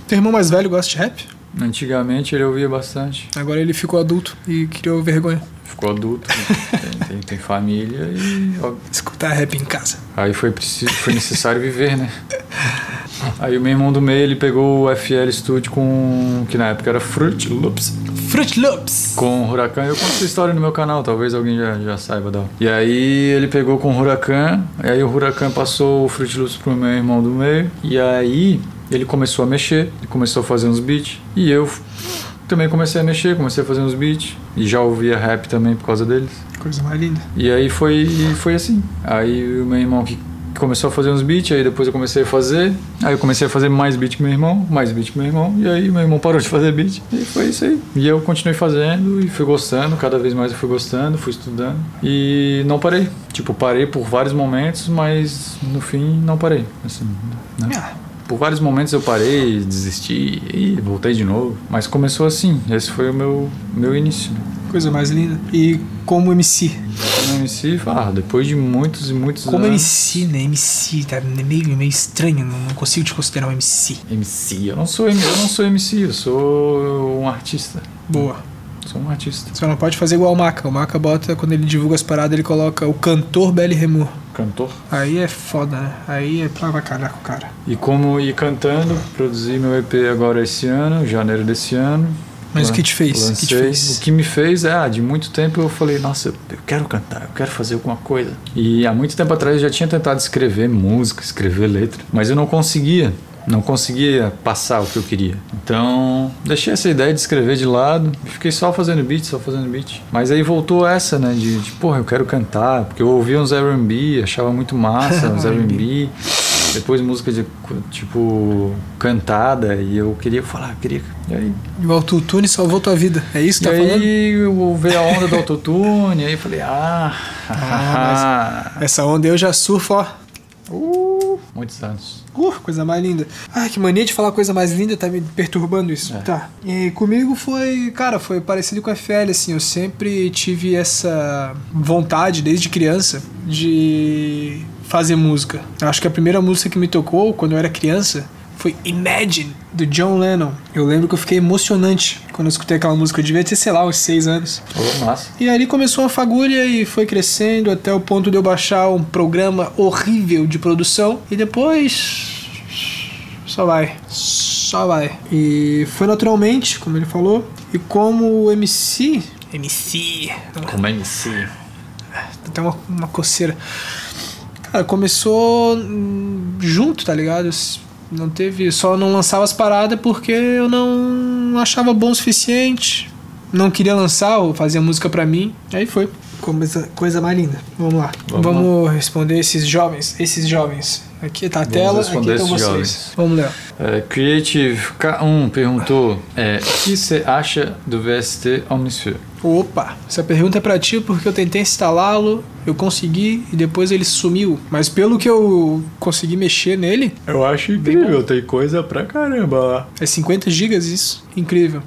Speaker 2: Teu irmão mais velho gosta de rap?
Speaker 1: antigamente ele ouvia bastante,
Speaker 2: Agora ele ficou adulto e criou vergonha.
Speaker 1: ficou adulto, né? tem, tem- tem família e ó,
Speaker 2: Escutar rap em casa.
Speaker 1: aí foi preciso, foi necessário viver, né? Aí o meu irmão do meio ele pegou o FL Studio com que na época era Fruit Loops.
Speaker 2: Fruit Loops!
Speaker 1: com o Huracan. Eu conto essa história no meu canal, talvez alguém já, já saiba dela. E aí ele pegou com o Huracan, e aí o Huracan passou o Fruit Loops pro meu irmão do meio, e aí ele começou a mexer, ele começou a fazer uns beats, e eu também comecei a mexer, comecei a fazer uns beats, e já ouvia rap também por causa deles.
Speaker 2: Coisa mais linda.
Speaker 1: E aí foi, foi assim. Aí o meu irmão que começou a fazer uns beats, aí depois eu comecei a fazer. Aí eu comecei a fazer mais beat que meu irmão, mais beat que meu irmão. E aí meu irmão parou de fazer beat. E foi isso aí. E eu continuei fazendo e fui gostando, cada vez mais eu fui gostando, fui estudando. E não parei. Tipo, parei por vários momentos, mas no fim não parei. Assim, né?
Speaker 2: Ah,
Speaker 1: Por vários momentos eu parei, desisti e voltei de novo. Mas começou assim. Esse foi o meu, meu início.
Speaker 2: coisa mais linda. E como MC?
Speaker 1: Como MC, ah, depois de muitos e muitos
Speaker 2: Como
Speaker 1: anos.
Speaker 2: MC, né? MC, tá meio, meio estranho, não não consigo te considerar um MC.
Speaker 1: MC, eu não sou, M- eu não sou MC, eu sou um artista.
Speaker 2: Boa.
Speaker 1: Sou um artista.
Speaker 2: Só não pode fazer igual o Maca. O Maca bota, quando ele divulga as paradas, ele coloca o cantor Belly Remor.
Speaker 1: Cantor.
Speaker 2: Aí é foda, né? Aí é pra avacalhar com o cara.
Speaker 1: E como ir cantando, produzi meu EP agora esse ano, janeiro desse ano.
Speaker 2: Mas
Speaker 1: Lan-
Speaker 2: o que te fez?
Speaker 1: Lancei.
Speaker 2: O que te fez?
Speaker 1: O que me fez é, ah, de muito tempo eu falei, nossa, eu quero cantar, eu quero fazer alguma coisa. E há muito tempo atrás eu já tinha tentado escrever música, escrever letra, mas eu não conseguia. Não conseguia passar o que eu queria. Então, deixei essa ideia de escrever de lado. Fiquei só fazendo beat, só fazendo beat. Mas aí voltou essa, né? De, de porra, eu quero cantar. Porque eu ouvia uns RB, achava muito massa, uns RB. Depois música de, tipo, cantada. E eu queria falar, queria. E aí
Speaker 2: O autotune salvou tua vida. É isso que
Speaker 1: e
Speaker 2: tá falando?
Speaker 1: aí eu veio a onda do autotune, aí eu falei, ah, ah,
Speaker 2: Essa onda eu já surfo, ó.
Speaker 1: muitos anos.
Speaker 2: Uh, coisa mais linda. Ai, que mania de falar coisa mais linda, tá me perturbando isso.
Speaker 1: É.
Speaker 2: Tá. E comigo foi, cara, foi parecido com a FL, assim. Eu sempre tive essa vontade, desde criança, de fazer música. Eu acho que a primeira música que me tocou quando eu era criança foi Imagine, do John Lennon. Eu lembro que eu fiquei emocionante quando eu escutei aquela música. Eu devia ter, sei lá, uns seis anos.
Speaker 1: Ô, massa.
Speaker 2: E ali começou uma fagulha e foi crescendo até o ponto de eu baixar um programa horrível de produção e depois só vai, só vai. E foi naturalmente, como ele falou, e como o MC, MC,
Speaker 1: Como
Speaker 2: é
Speaker 1: MC.
Speaker 2: até uma, uma coceira. Cara, começou hum, junto, tá ligado? S- Não teve. Só não lançava as paradas porque eu não achava bom o suficiente. Não queria lançar ou fazer música pra mim. Aí foi. Coisa, coisa mais linda. Vamos lá.
Speaker 1: Vamos
Speaker 2: Vamos, responder esses jovens. Esses jovens. Aqui tá a
Speaker 1: Vamos
Speaker 2: tela, aqui
Speaker 1: responder
Speaker 2: estão
Speaker 1: esses
Speaker 2: vocês.
Speaker 1: jovens.
Speaker 2: Vamos, Léo.
Speaker 1: É, Creative K1 perguntou, é, o que você acha do VST Omnisphere?
Speaker 2: Opa, essa pergunta é pra ti porque eu tentei instalá-lo, eu consegui e depois ele sumiu. Mas pelo que eu consegui mexer nele,
Speaker 1: Eu acho incrível, tem coisa pra caramba lá.
Speaker 2: É 50 gigas isso? Incrível.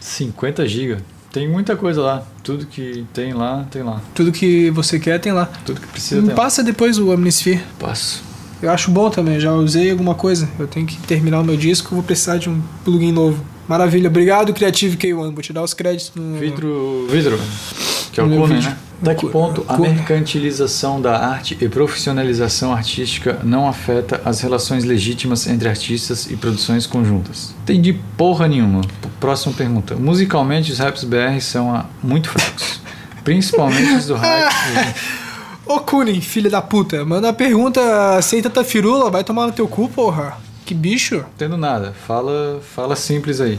Speaker 1: 50 GB. Tem muita coisa lá. Tudo que tem lá, tem lá.
Speaker 2: Tudo que você quer tem lá.
Speaker 1: Tudo que precisa tem lá.
Speaker 2: Passa depois o Omnisphere.
Speaker 1: Passo.
Speaker 2: Eu acho bom também, já usei alguma coisa. Eu tenho que terminar o meu disco, vou precisar de um plugin novo. Maravilha, obrigado Creative K1. Vou te dar os créditos no.
Speaker 1: Vidro. Vidro. Que é o
Speaker 2: Meu
Speaker 1: Cume,
Speaker 2: vidro.
Speaker 1: né? Até que
Speaker 2: Cu-
Speaker 1: ponto a
Speaker 2: Cume.
Speaker 1: mercantilização da arte e profissionalização artística não afeta as relações legítimas entre artistas e produções conjuntas? Entendi porra nenhuma. P- Próxima pergunta. Musicalmente, os raps BR são ah, muito fracos. Principalmente os do hype.
Speaker 2: Ô Kunin, filho da puta, manda uma pergunta sem tanta firula, vai tomar no teu cu, porra. Que bicho.
Speaker 1: Tendo nada, fala, fala simples aí.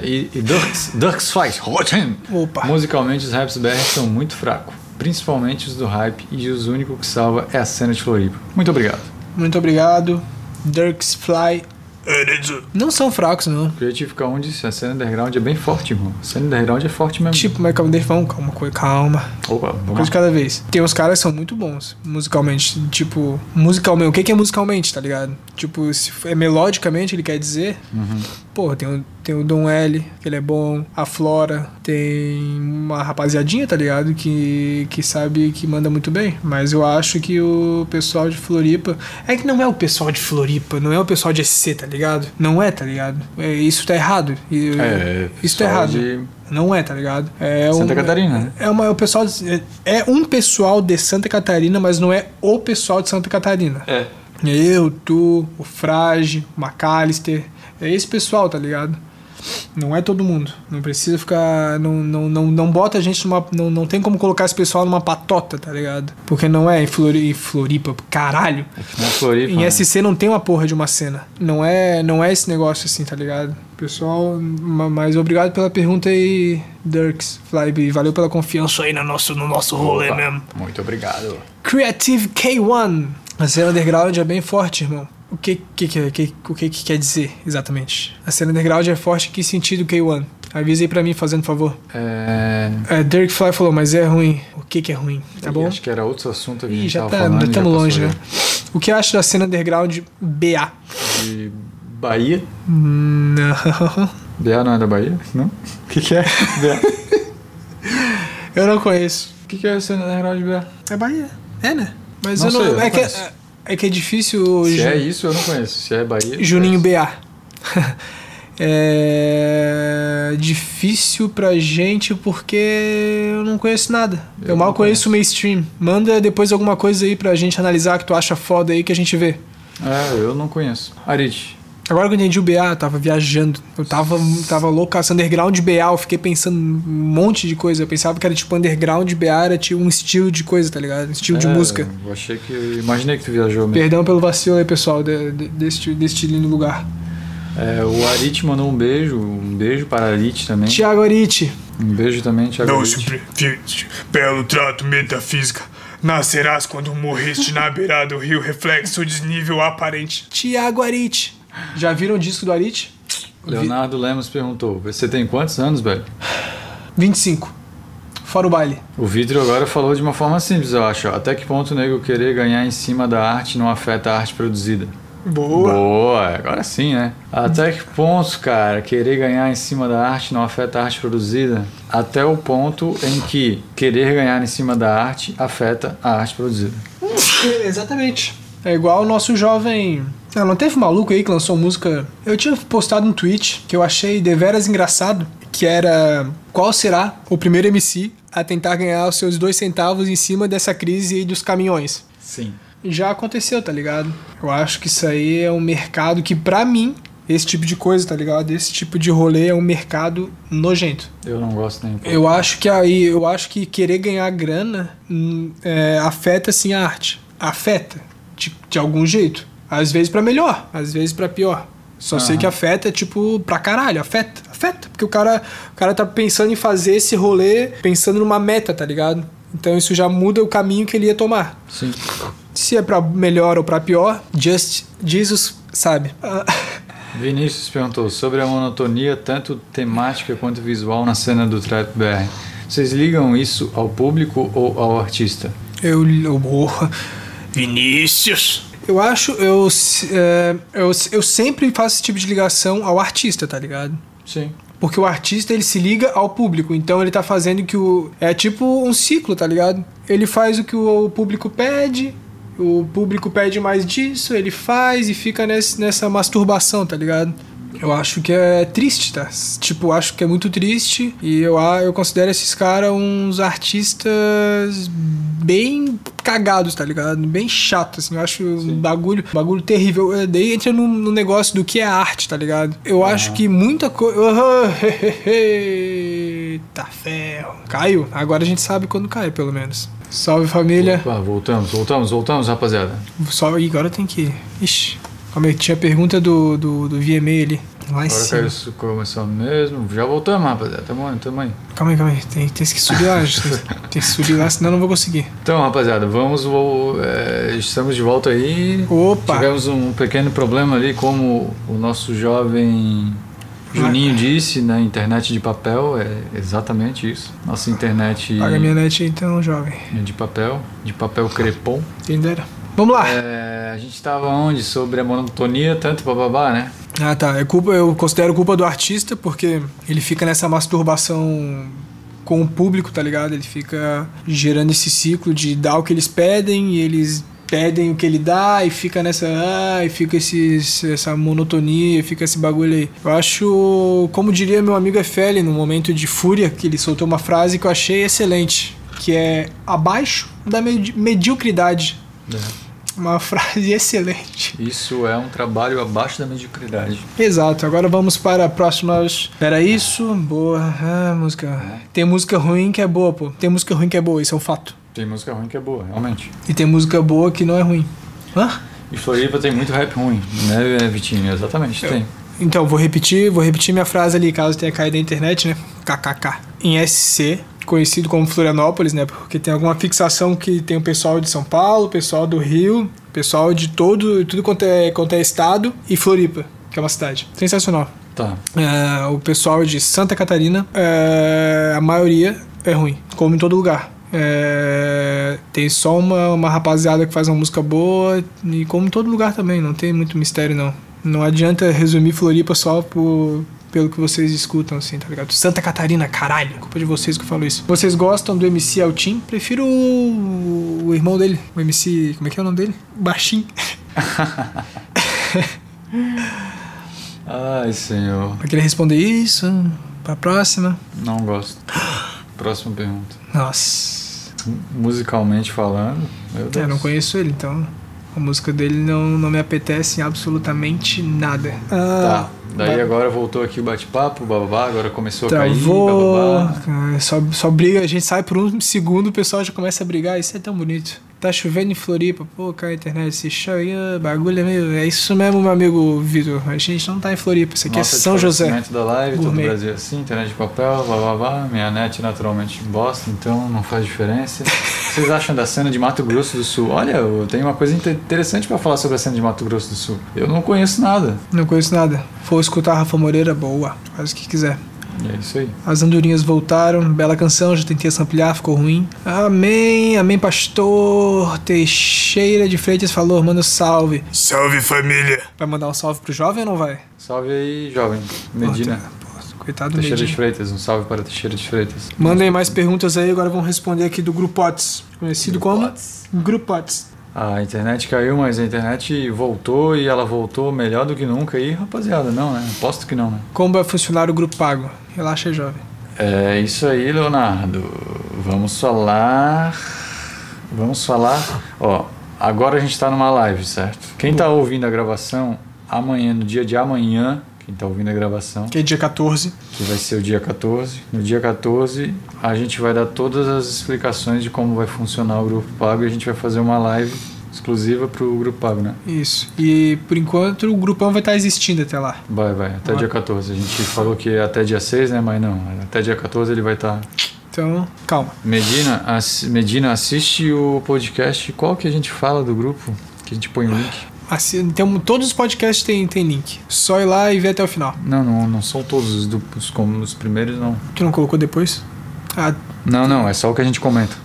Speaker 1: É, e e Dirks, Dirks faz Rotten.
Speaker 2: Opa.
Speaker 1: Musicalmente, os raps BR são muito fracos. Principalmente os do hype, e os únicos que salva é a cena de Floripa. Muito obrigado.
Speaker 2: Muito obrigado. Dirks Fly.
Speaker 1: É,
Speaker 2: Não são fracos, não.
Speaker 1: Creative K1 disse: a cena underground é bem forte, irmão. A cena underground é forte mesmo.
Speaker 2: Tipo, mas calma, deixa- vamos, calma, coi- calma.
Speaker 1: Opa, vamos
Speaker 2: Coisa de
Speaker 1: lá.
Speaker 2: cada vez. Tem uns caras que são muito bons musicalmente. Tipo, musicalmente. O que que é musicalmente, tá ligado? Tipo, se é melodicamente, ele quer dizer.
Speaker 1: Uhum.
Speaker 2: Porra, tem o, tem o Dom L, que ele é bom. A Flora. Tem uma rapaziadinha, tá ligado? Que, que sabe que manda muito bem. Mas eu acho que o pessoal de Floripa. É que não é o pessoal de Floripa, não é o pessoal de SC, tá ligado? Não é, tá ligado? É, isso tá errado. E-
Speaker 1: É,
Speaker 2: isso tá
Speaker 1: pessoal
Speaker 2: errado.
Speaker 1: de
Speaker 2: Não é, tá ligado? É
Speaker 1: Santa
Speaker 2: um-
Speaker 1: Catarina, né?
Speaker 2: é, uma, é o pessoal. de- É um pessoal de Santa Catarina, mas não é o pessoal de Santa Catarina.
Speaker 1: É.
Speaker 2: Eu, tu, o Frage, o McAllister. É esse pessoal, tá ligado? Não é todo mundo. Não precisa ficar. Não, não, não, não bota a gente numa. Não, não tem como colocar esse pessoal numa patota, tá ligado? Porque não é em, Flori, em Floripa, caralho.
Speaker 1: Na Floripa.
Speaker 2: Em
Speaker 1: né?
Speaker 2: SC não tem uma porra de uma cena. Não é, não é esse negócio assim, tá ligado? Pessoal, ma- mas obrigado pela pergunta aí, Dirks, Flybe. Valeu pela confiança aí no nosso, no nosso rolê
Speaker 1: Opa,
Speaker 2: mesmo.
Speaker 1: Muito obrigado.
Speaker 2: Creative K1. A cena underground é bem forte, irmão. O que que, que, que- o que, que quer dizer exatamente? A cena underground é forte em que sentido, K1? Avisa aí pra mim, fazendo favor.
Speaker 1: É...
Speaker 2: É, Dirk Fly falou, mas é ruim. O que que é ruim? Tá
Speaker 1: Ih,
Speaker 2: bom?
Speaker 1: Acho que era outro assunto que a
Speaker 2: Ih,
Speaker 1: gente
Speaker 2: já
Speaker 1: tava
Speaker 2: tá,
Speaker 1: falando.
Speaker 2: já
Speaker 1: já
Speaker 2: estamos
Speaker 1: passou
Speaker 2: longe,
Speaker 1: já.
Speaker 2: né? O que eu acho da cena underground BA?
Speaker 1: De Bahia.
Speaker 2: Não.
Speaker 1: BA não é da Bahia? Não? O que, que é? BA.
Speaker 2: Eu não conheço.
Speaker 1: O que, que é a cena underground de BA?
Speaker 2: É Bahia. É, né? Mas
Speaker 1: Não
Speaker 2: eu não.
Speaker 1: sei, eu não
Speaker 2: é, que
Speaker 1: conheço.
Speaker 2: é, é que é difícil.
Speaker 1: Se
Speaker 2: Ju-
Speaker 1: é isso, eu não conheço. Se é Bahia. eu
Speaker 2: Juninho
Speaker 1: conheço.
Speaker 2: BA. é. Difícil pra gente porque eu não conheço nada. Eu,
Speaker 1: Eu
Speaker 2: mal
Speaker 1: não
Speaker 2: conheço o mainstream. Manda depois alguma coisa aí pra gente analisar que tu acha foda aí que a gente vê.
Speaker 1: É, eu não conheço. Arit.
Speaker 2: Agora que eu entendi o BA, eu tava viajando. Eu tava, tava loucaço. Underground BA, eu fiquei pensando um monte de coisa. Eu pensava que era tipo underground BA, era tipo um estilo de coisa, tá ligado? Um estilo de
Speaker 1: É,
Speaker 2: música.
Speaker 1: Eu achei que. Imaginei que tu viajou mesmo.
Speaker 2: Perdão pelo vacilo aí, pessoal, de- de- deste, deste lindo lugar.
Speaker 1: É, o Arit mandou um beijo. Um beijo para a Arit também.
Speaker 2: Tiago Arite.
Speaker 1: Um beijo também, Thiago.
Speaker 3: Não
Speaker 1: Arit.
Speaker 3: suplifiste pelo trato metafísica. Nascerás quando morreste na beirada do rio, reflexo desnível aparente.
Speaker 2: Tiago Arite. Já viram o disco do Arite?
Speaker 1: Leonardo Lemos perguntou: Você tem quantos anos, velho?
Speaker 2: 25. Fora o baile.
Speaker 1: O Vidro agora falou de uma forma simples, eu acho. ó. Até que ponto o nego querer ganhar em cima da arte não afeta a arte produzida?
Speaker 2: Boa.
Speaker 1: Boa, agora sim, né? Até que ponto, cara, querer ganhar em cima da arte não afeta a arte produzida? Até o ponto em que querer ganhar em cima da arte afeta a arte produzida.
Speaker 2: Exatamente. É igual o nosso jovem. Ah, não teve um maluco aí que lançou música. Eu tinha postado um tweet que eu achei deveras engraçado, que era qual será o primeiro MC a tentar ganhar os seus dois centavos em cima dessa crise aí dos caminhões.
Speaker 1: Sim.
Speaker 2: já aconteceu, tá ligado? Eu acho que isso aí é um mercado que, pra mim, esse tipo de coisa, tá ligado? Esse tipo de rolê é um mercado nojento.
Speaker 1: Eu não gosto nem um pouco.
Speaker 2: Eu acho que aí, eu acho que querer ganhar grana hum, é, afeta sim a arte. Afeta. De, de algum jeito. Às vezes pra melhor, às vezes pra pior. Só sei
Speaker 1: Aham.
Speaker 2: que afeta, tipo, pra caralho, afeta, afeta. Porque o cara, o cara tá pensando em fazer esse rolê pensando numa meta, tá ligado? Então isso já muda o caminho que ele ia tomar.
Speaker 1: Sim.
Speaker 2: Se é pra melhor ou pra pior, Just Jesus sabe. Ah,
Speaker 1: Vinícius perguntou sobre a monotonia, tanto temática quanto visual, na cena do Trap BR. Vocês ligam isso ao público ou ao artista?
Speaker 2: Eu, eu morro.
Speaker 3: Vinícius.
Speaker 2: Eu acho, eu, se- é, eu, eu sempre faço esse tipo de ligação ao artista, tá ligado?
Speaker 1: Sim.
Speaker 2: Porque o artista ele se liga ao público, então ele tá fazendo que o. É tipo um ciclo, tá ligado? Ele faz o que o público pede, o público pede mais disso, ele faz e fica nesse, nessa masturbação, tá ligado? Eu acho que é triste, tá? Tipo, acho que é muito triste e eu, a- eu considero esses caras uns artistas bem cagados, tá ligado? Bem chato, assim. Eu acho um bagulho, bagulho terrível. Eh, Daí entra no, no negócio do que é arte, tá ligado? Eu acho que muita coisa. Eita ferro. Caiu. Agora a gente sabe quando cai, pelo menos. Salve família.
Speaker 1: Opa, voltamos, voltamos, voltamos, rapaziada.
Speaker 2: Só e agora tem que. Ixi. Calma aí, tinha a pergunta do, do, do VMA ali. Lá em
Speaker 1: Agora
Speaker 2: cima.
Speaker 1: caiu isso começou mesmo. Já voltamos, rapaziada. Tamo aí, tamo aí.
Speaker 2: Calma aí, calma aí. Tem, tem que subir lá. gente. tem, tem que subir lá, senão eu não vou conseguir.
Speaker 1: Então, rapaziada, vamos. vo- é, estamos de volta aí.
Speaker 2: Opa!
Speaker 1: Tivemos um pequeno problema ali, como o nosso jovem Juninho disse na internet de papel. É exatamente isso. Nossa internet é
Speaker 2: Paga minha net aí, então, jovem.
Speaker 1: de papel, de papel crepom.
Speaker 2: Quem dera. Vamos lá.
Speaker 1: É, a gente tava onde? Sobre a monotonia, tanto bababá, né?
Speaker 2: Ah, tá. É culpa, eu considero culpa do artista porque ele fica nessa masturbação com o público, tá ligado? Ele fica gerando esse ciclo de dar o que eles pedem e eles pedem o que ele dá e fica nessa ah, e fica esse, essa monotonia e fica esse bagulho aí. Eu acho, como diria meu amigo Efeli, no momento de fúria, que ele soltou uma frase que eu achei excelente, que é abaixo da medi- mediocridade. Uma frase excelente.
Speaker 1: Isso é um trabalho abaixo da mediocridade.
Speaker 2: Exato, agora vamos para próximas. Era isso, boa. Ah, música. Tem música ruim que é boa, pô. Tem música ruim que é boa, isso é um fato.
Speaker 1: Tem música ruim que é boa, realmente.
Speaker 2: E tem música boa que não é ruim. Hã?
Speaker 1: E Floripa tem muito rap ruim, né, Vitinho? Exatamente, tem.
Speaker 2: Então, vou repetir, vou repetir minha frase ali, caso tenha caído na internet, né? KKK. Em SC, conhecido como Florianópolis, né? Porque tem alguma fixação que tem o pessoal de São Paulo, o pessoal do Rio, o pessoal de todo, tudo quanto é, quanto é estado, e Floripa, que é uma cidade. Sensacional.
Speaker 1: Tá.
Speaker 2: É, o pessoal de Santa Catarina, é, a maioria é ruim, como em todo lugar. É, tem só uma, uma rapaziada que faz uma música boa, e como em todo lugar também, não tem muito mistério não. Não adianta resumir Floripa só por, pelo que vocês escutam, assim, tá ligado? Santa Catarina, caralho, culpa de vocês que eu falo isso. Vocês gostam do MC Altim? Prefiro o, o irmão dele, o MC. Como é que é o nome dele? Baixinho.
Speaker 1: Ai, senhor.
Speaker 2: Pra que ele responder isso, pra próxima.
Speaker 1: Não gosto. Próxima pergunta.
Speaker 2: Nossa.
Speaker 1: Musicalmente falando, meu Deus.
Speaker 2: É, não conheço ele, então a música dele não, não me apetece em absolutamente nada. Ah,
Speaker 1: Tá. Daí
Speaker 2: Ba-
Speaker 1: agora voltou aqui o bate-papo, bababá, agora começou
Speaker 2: Então,
Speaker 1: a cair,
Speaker 2: Travou.
Speaker 1: bababá.
Speaker 2: Ah, Só, só briga, a gente sai por um segundo, o pessoal já começa a brigar. Isso é tão bonito. Tá chovendo em Floripa, pô, cara, a internet se chama, bagulho é meio. É isso mesmo, meu amigo Vitor. A gente não tá em Floripa, isso aqui
Speaker 1: Nota
Speaker 2: é
Speaker 1: de
Speaker 2: São José.
Speaker 1: fornecimento da live, todo
Speaker 2: Gourmet.
Speaker 1: o Brasil é assim, internet de papel, bababá. Minha net naturalmente bosta, então não faz diferença. Vocês acham da cena de Mato Grosso do Sul? Olha, eu tenho uma coisa inte- interessante pra falar sobre a cena de Mato Grosso do Sul. Eu não conheço nada.
Speaker 2: Não conheço nada. Vou escutar Rafa Moreira, boa. Faz o que quiser.
Speaker 1: E é isso aí.
Speaker 2: As andorinhas voltaram, bela canção, já tentei samplear, ficou ruim. Amém, amém, pastor. Teixeira de Freitas falou, manda um salve.
Speaker 3: Salve família!
Speaker 2: Vai mandar um salve pro jovem ou não vai?
Speaker 1: Salve aí, jovem. Medina.
Speaker 2: Pô, Coitado do
Speaker 1: Teixeira de
Speaker 2: tá. Medina.
Speaker 1: Freitas, um salve para Teixeira de Freitas.
Speaker 2: Mandem mais perguntas aí, agora vamos responder aqui do Grupotes. Conhecido
Speaker 1: Grupotes.
Speaker 2: como? Grupotes.
Speaker 1: A internet caiu, mas a internet voltou e ela voltou melhor do que nunca. E rapaziada, não, né? Aposto que não, né?
Speaker 2: Como vai funcionar o Grupo Pago? Relaxa aí, jovem.
Speaker 1: É isso aí, Leonardo. Vamos falar. Vamos falar. Ó, agora a gente tá numa live, certo? Quem tá ouvindo a gravação amanhã, no dia de amanhã, quem tá ouvindo a gravação,
Speaker 2: Que é dia 14.
Speaker 1: que vai ser o dia 14. No dia 14, a gente vai dar todas as explicações de como vai funcionar o Grupo Pago e a gente vai fazer uma live exclusiva pro Grupo Pago, né?
Speaker 2: Isso. E por enquanto o grupão vai estar existindo até lá.
Speaker 1: Vai, vai, até
Speaker 2: Vai.
Speaker 1: dia 14. A gente falou que é até dia 6, né? Mas não, até dia 14 ele vai estar.
Speaker 2: Então, calma.
Speaker 1: Medina, ass- Medina, assiste o podcast. Qual que a gente fala do grupo? Que a gente põe o link.
Speaker 2: Assim, tem- todos os podcasts têm tem link. Só ir lá e ver até o final.
Speaker 1: Não, não, não são todos os, duplos como os primeiros, não.
Speaker 2: Tu não colocou depois? Ah,
Speaker 1: Não, não, é só o que a gente comenta.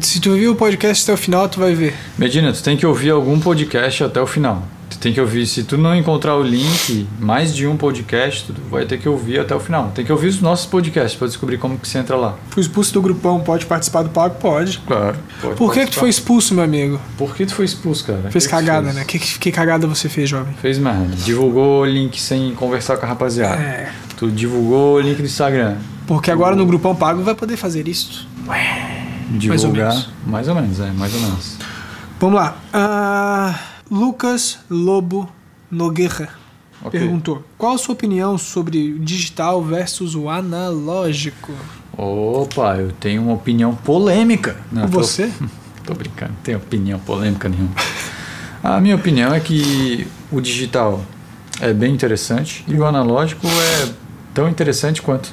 Speaker 2: se tu viu o podcast até o final, tu vai ver.
Speaker 1: Medina, tu tem que ouvir algum podcast até o final. Tu tem que ouvir, se tu não encontrar o link, mais de um podcast, tu vai ter que ouvir até o final. Tem que ouvir os nossos podcasts pra descobrir como que você entra lá.
Speaker 2: Fui expulso do grupão, pode participar do pago? Pode.
Speaker 1: Claro.
Speaker 2: Por que, que tu foi expulso, meu amigo?
Speaker 1: Por que tu foi expulso, cara?
Speaker 2: Fez
Speaker 1: O que que tu
Speaker 2: cagada,
Speaker 1: fez?
Speaker 2: né? Que, que cagada você fez, jovem?
Speaker 1: Fez merda. Divulgou o link sem conversar com a rapaziada.
Speaker 2: É.
Speaker 1: Tu divulgou o link do Instagram.
Speaker 2: Porque agora no grupão pago vai poder fazer isso. Mais ou
Speaker 1: Divulgar.
Speaker 2: menos.
Speaker 1: Mais ou menos, é, mais ou menos.
Speaker 2: Vamos lá. Ah, Lucas Lobo Nogueira
Speaker 1: Ok.
Speaker 2: perguntou: Qual a sua opinião sobre o digital versus o analógico?
Speaker 1: Opa, eu tenho uma opinião polêmica.
Speaker 2: Ah,
Speaker 1: Não, tô-
Speaker 2: Você?
Speaker 1: Tô brincando, não tenho opinião polêmica nenhuma. A minha opinião é que o digital é bem interessante e o analógico é tão interessante quanto.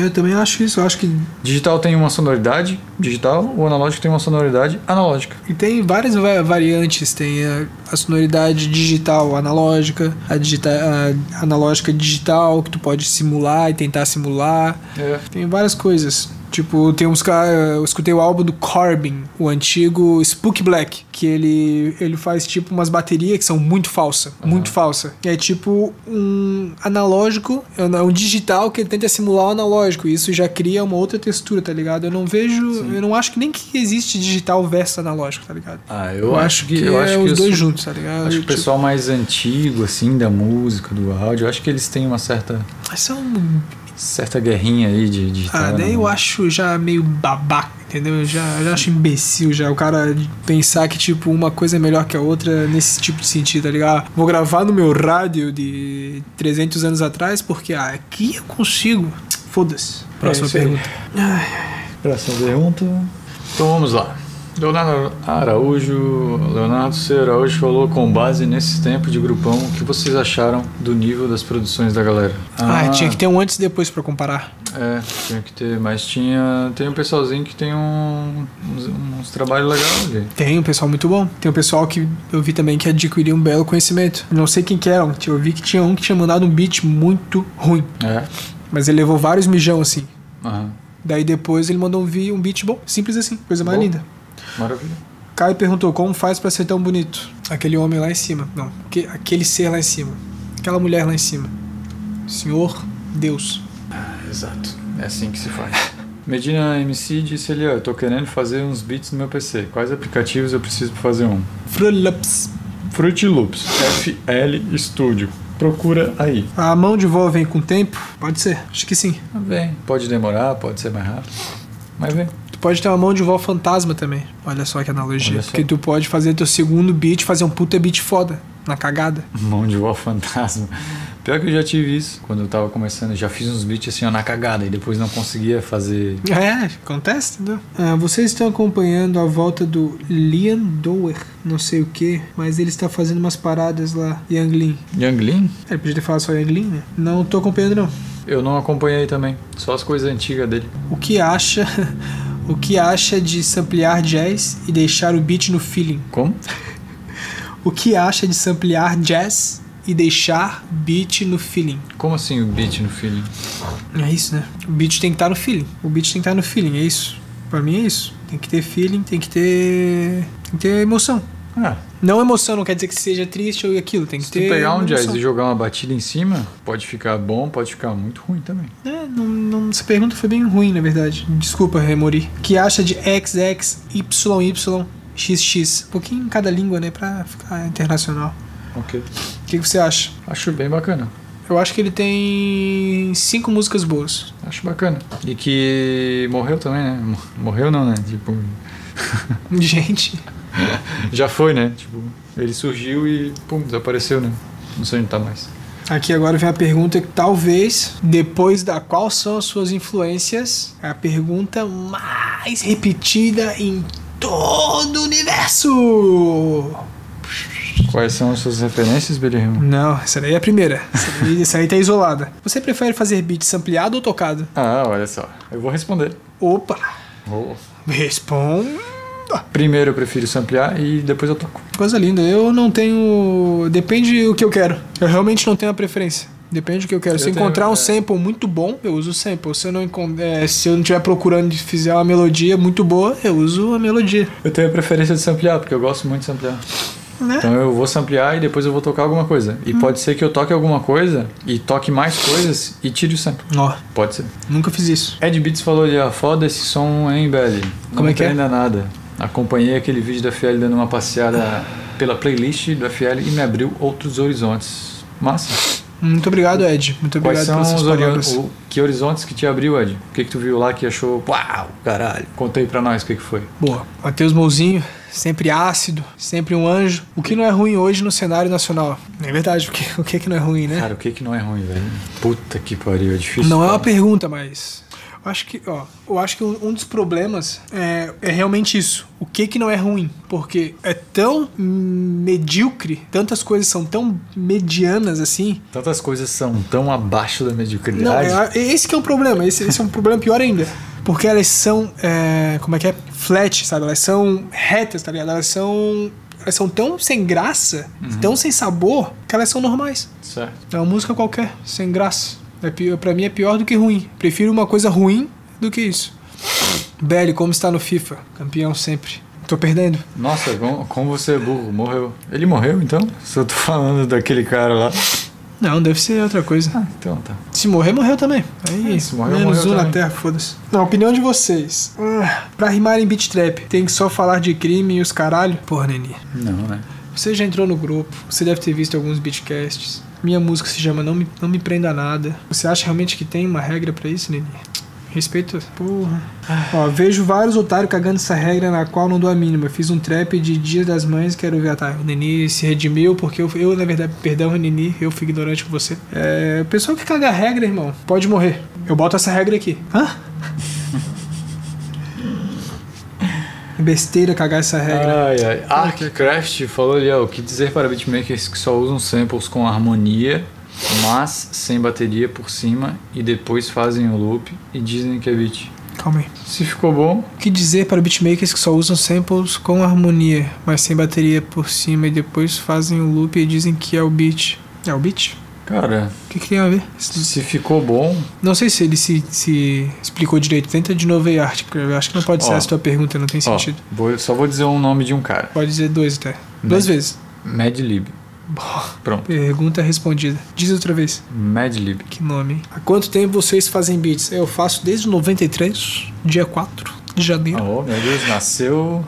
Speaker 2: Eu também acho isso. Eu acho que
Speaker 1: Digital tem uma sonoridade digital, o analógico tem uma sonoridade analógica.
Speaker 2: E tem várias va- variantes, tem a, a sonoridade digital analógica, a, digita, a analógica digital que tu pode simular e tentar simular.
Speaker 1: É.
Speaker 2: Tem várias coisas. Tipo, tem uns caras. Eu escutei o álbum do Corbin, o antigo Spook Black, que ele, ele faz tipo umas baterias que são muito falsa, muito falsa. É tipo um analógico, é um um digital que ele tenta simular o analógico. E isso já cria uma outra textura, tá ligado? Eu não vejo. Eu não acho que nem que existe digital versus analógico, tá ligado?
Speaker 1: Ah, eu, acho que, eu
Speaker 2: é
Speaker 1: acho que
Speaker 2: os
Speaker 1: os-
Speaker 2: dois juntos, tá ligado?
Speaker 1: Acho que o
Speaker 2: Tipo,
Speaker 1: pessoal mais antigo, assim, da música, do áudio, eu acho que eles têm uma certa,
Speaker 2: é São
Speaker 1: certa guerrinha aí de digital.
Speaker 2: Ah, daí eu
Speaker 1: né?
Speaker 2: acho já meio babaca, entendeu? Eu já, eu já acho imbecil já o cara pensar que, tipo, uma coisa é melhor que a outra nesse tipo de sentido, tá ligado? Ah, Vou gravar no meu rádio de 300 anos atrás porque ah, aqui eu consigo. Foda-se. É Próxima
Speaker 1: isso aí.
Speaker 2: pergunta.
Speaker 1: Próxima pergunta. Então vamos lá. Leonardo Araújo, Leonardo C. Araújo falou com base nesse tempo de grupão, o que vocês acharam do nível das produções da galera?
Speaker 2: Ah, tinha que ter um antes e depois pra comparar.
Speaker 1: É, tinha que ter, mas tinha. Tem um pessoalzinho que tem um, uns, uns trabalhos legais ali.
Speaker 2: Tem um pessoal muito bom. Tem um pessoal que eu vi também que adquiriu um belo conhecimento. Não sei quem que era, eu vi que tinha um que tinha mandado um beat muito ruim.
Speaker 1: É.
Speaker 2: Mas ele levou vários mijão, assim.
Speaker 1: Aham.
Speaker 2: Daí depois ele mandou um vídeo, um beat bom, simples assim, coisa mais
Speaker 1: Bom.
Speaker 2: linda.
Speaker 1: Maravilha.
Speaker 2: Caio perguntou como faz pra ser tão bonito. Aquele homem lá em cima, não, que- aquele ser lá em cima, aquela mulher lá em cima. Senhor Deus.
Speaker 1: Exato. É assim que se faz. Medina MC disse ali, ó, eu tô querendo fazer uns beats no meu PC. Quais aplicativos eu preciso pra fazer um?
Speaker 2: Frulaps.
Speaker 1: Fruit Loops, FL Studio. Procura aí.
Speaker 2: A mão de vó vem com o tempo? Pode ser, acho que sim.
Speaker 1: Ah, Vem. Pode demorar, pode ser mais rápido. Mas vem.
Speaker 2: Tu pode ter uma mão de vó fantasma também. Olha só que analogia.
Speaker 1: Olha só.
Speaker 2: Porque tu pode fazer teu segundo beat, fazer um puta beat foda, na cagada.
Speaker 1: Mão de vó fantasma. Pior que eu já tive isso. Quando eu tava começando, eu já fiz uns beats assim, ó, na cagada. E depois não conseguia fazer
Speaker 2: É, acontece, entendeu? Ah, vocês estão acompanhando a volta do Liam Dower, não sei o que, mas ele está fazendo umas paradas lá, Yang Lin.
Speaker 1: Yanglin.
Speaker 2: É, podia ter falado só Yang Lin, né? Não tô acompanhando, não.
Speaker 1: Eu não acompanhei também. Só as coisas antigas dele.
Speaker 2: O que acha... o que acha de samplear jazz e deixar o beat no feeling?
Speaker 1: Como?
Speaker 2: O que acha de samplear jazz e deixar beat no feeling?
Speaker 1: Como assim o beat no feeling?
Speaker 2: É isso, né? O beat tem que estar no feeling. O beat tem que estar no feeling, é isso. Pra mim é isso. Tem que ter feeling, tem que ter... Tem que ter emoção.
Speaker 1: Ah,
Speaker 2: Não emoção não quer dizer que seja triste ou aquilo, tem que
Speaker 1: se tu
Speaker 2: ter.
Speaker 1: pegar um jazz
Speaker 2: emoção.
Speaker 1: e jogar uma batida em cima, pode ficar bom, pode ficar muito ruim também.
Speaker 2: É, não, não, essa pergunta foi bem ruim, na verdade. Desculpa, Remori. Que acha de XX, YY, XX? Um pouquinho em cada língua, né? Pra ficar internacional.
Speaker 1: Ok.
Speaker 2: O que, que você acha?
Speaker 1: Acho bem bacana.
Speaker 2: Eu acho que ele tem cinco músicas boas.
Speaker 1: Acho bacana. E que morreu também, né? Mo- Morreu não, né? Tipo,
Speaker 2: Gente,
Speaker 1: já foi, né? Tipo, ele surgiu e pum, desapareceu, né? Não sei onde tá mais.
Speaker 2: aqui agora vem a pergunta que talvez, depois da qual são as suas influências, é a pergunta mais repetida em todo o universo.
Speaker 1: Quais são as suas referências, Billy Hill?
Speaker 2: Não, essa daí é a primeira. Essa, daí, essa aí tá isolada. Você prefere fazer beats ampliado ou tocado?
Speaker 1: Ah, olha só. Eu vou responder.
Speaker 2: Opa!
Speaker 1: Vou.
Speaker 2: Responda!
Speaker 1: Primeiro eu prefiro samplear e depois eu toco.
Speaker 2: Coisa linda, eu não tenho. Depende do que eu quero. Eu realmente não tenho a preferência. Depende do que eu quero.
Speaker 1: Eu
Speaker 2: se eu
Speaker 1: tenho,
Speaker 2: encontrar um
Speaker 1: é.
Speaker 2: sample muito bom, eu uso o sample. Se eu não encon- é, se eu não estiver procurando e fizer uma melodia muito boa, eu uso a melodia.
Speaker 1: Eu tenho a preferência de samplear, porque eu gosto muito de samplear.
Speaker 2: Né? Hum.
Speaker 1: Então eu vou samplear e depois eu vou tocar alguma coisa. E pode ser que eu toque alguma coisa e toque mais coisas e tire o sample.
Speaker 2: Ó,
Speaker 1: Pode ser.
Speaker 2: nunca fiz isso.
Speaker 1: Ed Beats falou ali, ó, foda esse som, hein, Belly? Não
Speaker 2: Como é que é?
Speaker 1: ainda nada. Acompanhei aquele vídeo da FL dando uma passeada pela playlist do FL e me abriu outros horizontes. Massa.
Speaker 2: Muito obrigado, Ed. Muito
Speaker 1: Quais
Speaker 2: obrigado
Speaker 1: são
Speaker 2: pelas suas
Speaker 1: os
Speaker 2: palavras.
Speaker 1: horizontes? Que horizontes que te abriu, Ed? O que, que tu viu lá que achou? Uau, caralho. Conta aí pra nós o que, que foi.
Speaker 2: Boa. Matheus Mouzinho, sempre ácido, sempre um anjo. O que não é ruim hoje no cenário nacional? É verdade, porque o que, é que não é ruim, né?
Speaker 1: Cara, o que, que não é ruim, velho? Puta que pariu, é difícil.
Speaker 2: Não é
Speaker 1: cara.
Speaker 2: uma pergunta, mas. Eu acho que, ó, eu acho que um, um dos problemas é, é realmente isso. O que que não é ruim? Porque é tão medíocre, tantas coisas são tão medianas assim.
Speaker 1: Tantas coisas são tão abaixo da
Speaker 2: Não,
Speaker 1: mediocridade.
Speaker 2: é, é esse que é o problema. Esse, esse é um problema pior ainda. Porque elas são, é, como é que é? Flat, sabe? Elas são retas, tá ligado? Elas são, elas são tão sem graça, tão sem sabor, que elas são normais.
Speaker 1: Certo.
Speaker 2: É uma música qualquer, sem graça. É pior, pra mim é pior do que ruim. Prefiro uma coisa ruim do que isso. Belly, como está no FIFA? Campeão sempre. Tô perdendo.
Speaker 1: Nossa, como, como você é burro, morreu. Ele morreu então? Se eu tô falando daquele cara lá.
Speaker 2: Não, deve ser outra coisa.
Speaker 1: Ah, então tá.
Speaker 2: Se morrer, morreu também. Aí,
Speaker 1: É, se morrer,
Speaker 2: menos
Speaker 1: morreu
Speaker 2: um na
Speaker 1: também.
Speaker 2: terra, foda-se. Na opinião de vocês, ah, pra rimar em beat trap, tem que só falar de crime e os caralho? Porra, Neni.
Speaker 1: Não, né?
Speaker 2: Você já entrou no grupo, você deve ter visto alguns beatcasts. Minha música se chama Não Me, não me Prenda a Nada. Você acha realmente que tem uma regra pra isso, Nini? Respeito. Porra. Ó, vejo vários otários cagando essa regra na qual não dou a mínima. Fiz um trap de Dia das Mães, quero ver a tá, O Nini se redimiu porque eu, eu, na verdade, perdão, Nini, eu fui ignorante com você. É. O pessoal que caga a regra, irmão, pode morrer. Eu boto essa regra aqui. Hã? É Besteira cagar essa regra.
Speaker 1: Ai, ai. Artcraft falou ali, ó, o que dizer para beatmakers que só usam samples com harmonia, mas sem bateria por cima e depois fazem o loop e dizem que é beat.
Speaker 2: Calma aí.
Speaker 1: Se ficou bom,
Speaker 2: O que dizer para beatmakers que só usam samples com harmonia, mas sem bateria por cima e depois fazem o loop e dizem que é o beat? É o beat?
Speaker 1: cara,
Speaker 2: O que, que tem a ver? Isso-
Speaker 1: se ficou bom,
Speaker 2: Não sei se ele se, se explicou direito. Tenta de novo aí, Art, porque eu acho que não pode ser
Speaker 1: Ó.
Speaker 2: essa tua pergunta, não tem
Speaker 1: ó,
Speaker 2: sentido.
Speaker 1: vou- só vou dizer o nome de um cara,
Speaker 2: Pode dizer dois até. Duas vezes.
Speaker 1: Madlib. Pronto,
Speaker 2: Pergunta respondida. Diz outra vez.
Speaker 1: Madlib.
Speaker 2: Que nome, hein? Há quanto tempo vocês fazem beats? Eu faço desde 93, dia 4 de janeiro.
Speaker 1: Oh, meu Deus, nasceu.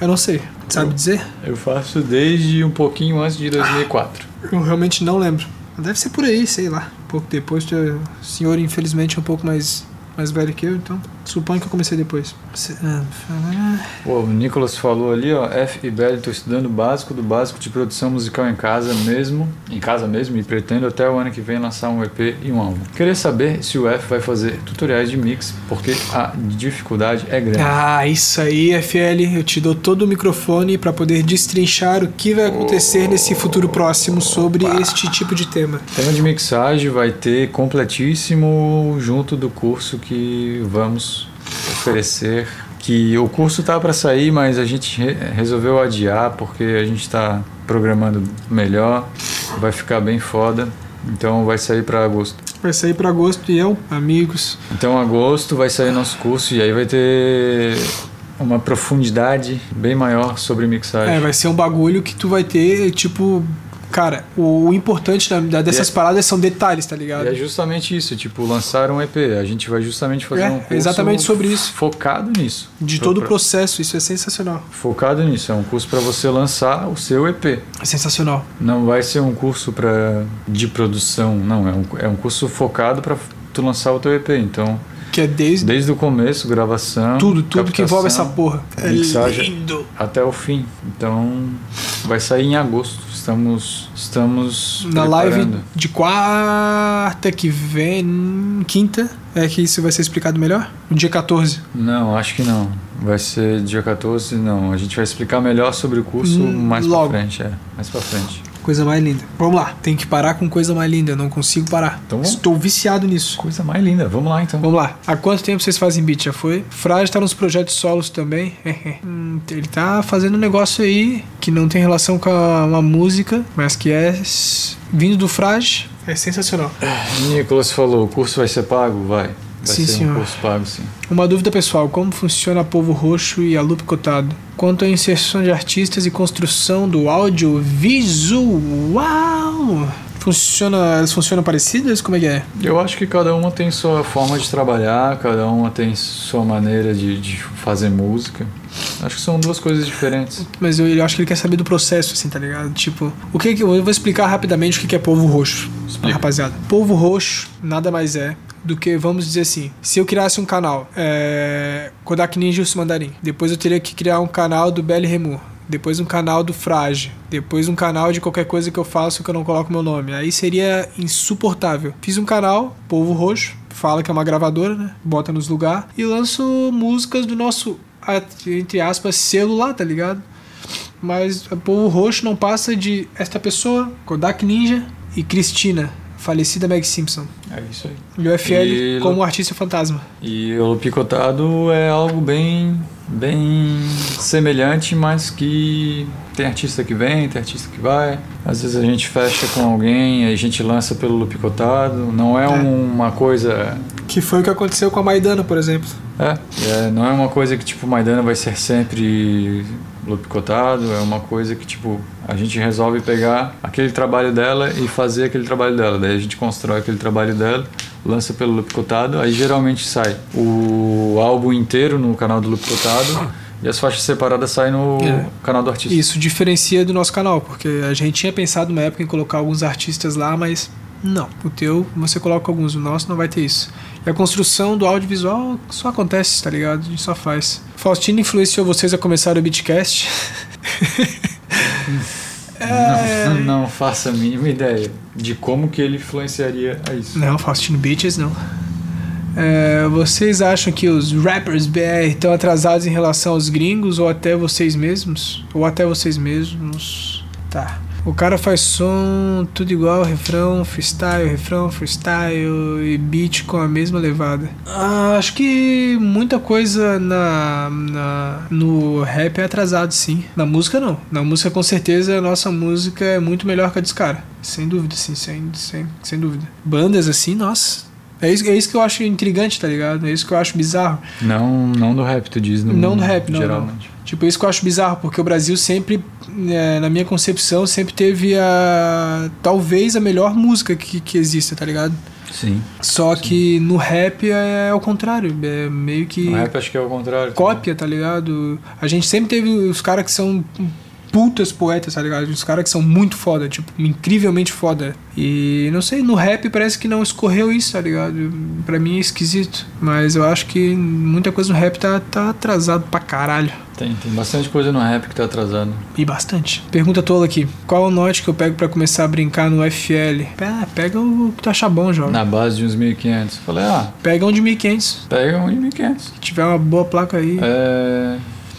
Speaker 2: Eu não sei. Sabe dizer?
Speaker 1: Eu faço desde um pouquinho antes de 2004.
Speaker 2: Eu realmente não lembro. Deve ser por aí, sei lá. Um pouco depois, porque o senhor infelizmente é um pouco mais, mais velho que eu, então suponho que eu comecei depois. Se- ah,
Speaker 1: Pô, o Nicolas falou ali, ó, F e Belly, tô estudando o básico do básico de produção musical em casa mesmo, em casa mesmo, e pretendo até o ano que vem lançar um EP e um álbum. Queria saber se o F vai fazer tutoriais de mix, porque a dificuldade é grande.
Speaker 2: Ah, isso aí, FL. Eu te dou todo o microfone pra poder destrinchar o que vai acontecer nesse futuro próximo sobre este tipo de tema.
Speaker 1: Tema de mixagem vai ter completíssimo junto do curso que vamos oferecer. Que o curso tá para sair, mas a gente re- resolveu adiar porque a gente está programando melhor, vai ficar bem foda. Então vai sair para agosto.
Speaker 2: Vai sair pra agosto e eu, amigos.
Speaker 1: Então agosto vai sair nosso curso e aí vai ter uma profundidade bem maior sobre mixagem.
Speaker 2: É, vai ser um bagulho que tu vai ter, tipo. Cara, o, o importante da- da- dessas
Speaker 1: E é-
Speaker 2: paradas são detalhes, tá ligado?
Speaker 1: E é justamente isso, tipo, lançar um EP. A gente vai justamente fazer
Speaker 2: É,
Speaker 1: um curso
Speaker 2: exatamente sobre isso.
Speaker 1: focado nisso.
Speaker 2: De todo o processo, isso é sensacional.
Speaker 1: focado nisso. É um curso para você lançar o seu EP.
Speaker 2: É sensacional.
Speaker 1: Não vai ser um curso para de produção, não. É um, é um curso focado para tu lançar o teu EP. Então,
Speaker 2: Que é desde
Speaker 1: desde o começo, gravação,
Speaker 2: tudo, tudo que
Speaker 1: captação,
Speaker 2: envolve essa porra. É
Speaker 1: mixagem.
Speaker 2: lindo.
Speaker 1: até o fim. Então, vai sair em agosto. Estamos estamos
Speaker 2: Na live
Speaker 1: preparando.
Speaker 2: de quarta que vem. Quinta. É que isso vai ser explicado melhor? No dia 14.
Speaker 1: Não, acho que não. Vai ser dia 14, não. A gente vai explicar melhor sobre o curso
Speaker 2: Hum,
Speaker 1: mais
Speaker 2: logo.
Speaker 1: pra frente, é. Mais pra frente.
Speaker 2: Coisa mais linda. Vamos lá. Tem que parar com coisa mais linda. Eu não consigo parar.
Speaker 1: Então vamos.
Speaker 2: Estou viciado nisso.
Speaker 1: Coisa mais linda. Vamos lá então.
Speaker 2: Vamos lá. Há quanto tempo vocês fazem beat? Já foi? Frade tá nos projetos solos também. Hum, ele tá fazendo um negócio aí que não tem relação com a, uma música, mas que é s- vindo do Frade. É sensacional.
Speaker 1: Nicolas falou, o curso vai ser pago? Vai. Vai
Speaker 2: Sim,
Speaker 1: ser
Speaker 2: senhor.
Speaker 1: um curso pago, sim.
Speaker 2: Uma dúvida pessoal, como funciona a Povo Roxo e a Loop Cotado? Quanto à inserção de artistas e construção do áudio visual? Funciona, elas funcionam parecidas? Como é que é?
Speaker 1: Eu acho que cada uma tem sua forma de trabalhar, cada uma tem sua maneira de, de fazer música. Acho que são duas coisas diferentes.
Speaker 2: Mas eu, eu acho que ele quer saber do processo, assim, tá ligado? Tipo, o que que eu vou explicar rapidamente o que que é polvo roxo,
Speaker 1: Explica.
Speaker 2: rapaziada. Polvo roxo nada mais é do que, vamos dizer assim, se eu criasse um canal, é, Kodak Ninja e o Mandarim, depois eu teria que criar um canal do Belly Remu. depois um canal do Frage, depois um canal de qualquer coisa que eu faço que eu não coloco meu nome. Aí seria insuportável. Fiz um canal, Povo Roxo, fala que é uma gravadora, né? Bota nos lugar e lanço músicas do nosso entre aspas celular, tá ligado? Mas o Povo Roxo não passa de esta pessoa, Kodak Ninja e Cristina, falecida Meg Simpson.
Speaker 1: É isso aí.
Speaker 2: E o FL
Speaker 1: E-
Speaker 2: como artista fantasma.
Speaker 1: E o picotado é algo bem, bem semelhante, mas que tem artista que vem, tem artista que vai. Às vezes a gente fecha com alguém, aí a gente lança pelo picotado. Não é,
Speaker 2: É.
Speaker 1: uma coisa.
Speaker 2: Que foi o que aconteceu com a Maidana, por exemplo.
Speaker 1: É, é, não é uma coisa que tipo Maidana vai ser sempre lupicotado, é uma coisa que tipo a gente resolve pegar aquele trabalho dela e fazer aquele trabalho dela, daí a gente constrói aquele trabalho dela, lança pelo lupicotado, aí geralmente sai o álbum inteiro no canal do lupicotado e as faixas separadas saem no
Speaker 2: É.
Speaker 1: canal do artista.
Speaker 2: Isso diferencia do nosso canal, porque a gente tinha pensado uma época em colocar alguns artistas lá, mas não. O teu, você coloca alguns, o nosso não vai ter isso. E a construção do audiovisual só acontece, tá ligado? A gente só faz. Faustino influenciou vocês a começar o Beatcast. É.
Speaker 1: Não, não faço a mínima ideia de como que ele influenciaria a isso.
Speaker 2: Não, Faustino Beaches não. É, vocês acham que os rappers BR estão atrasados em relação aos gringos ou até vocês mesmos? Ou até vocês mesmos? Tá. O cara faz som, tudo igual, refrão, freestyle, refrão, freestyle e beat com a mesma levada. Ah, acho que muita coisa na, na- no rap é atrasado, sim. Na música, não. Na música, com certeza, a nossa música é muito melhor que a dos caras. Sem dúvida, sim, sem, sem, sem dúvida. Bandas assim, nossa. É isso, é isso que eu acho intrigante, tá ligado? É isso que eu acho bizarro.
Speaker 1: Não, não do rap, tu diz no
Speaker 2: Não do rap, não,
Speaker 1: geralmente.
Speaker 2: Tipo, isso que eu acho bizarro, porque o Brasil sempre, né, na minha concepção, sempre teve a. talvez a melhor música que, que exista, tá ligado?
Speaker 1: Sim.
Speaker 2: Só que no rap é ao contrário, é meio que
Speaker 1: No rap acho que é o contrário.
Speaker 2: cópia, tá ligado? A gente sempre teve os caras que são putas poetas, tá ligado? Os caras que são muito foda, tipo, incrivelmente foda. E não sei, no rap parece que não escorreu isso, tá ligado? Pra mim é esquisito. Mas eu acho que muita coisa no rap tá, tá atrasado pra caralho.
Speaker 1: Tem, tem bastante coisa no rap que tá atrasando.
Speaker 2: E bastante. Pergunta tola aqui. Qual o note que eu pego pra começar a brincar no FL? Ah, pega o que tu achar bom, jovem.
Speaker 1: Na base de uns 1500. Falei, ah,
Speaker 2: Pega um de 1500.
Speaker 1: pega um de 1500.
Speaker 2: Se tiver uma boa placa aí.
Speaker 1: É,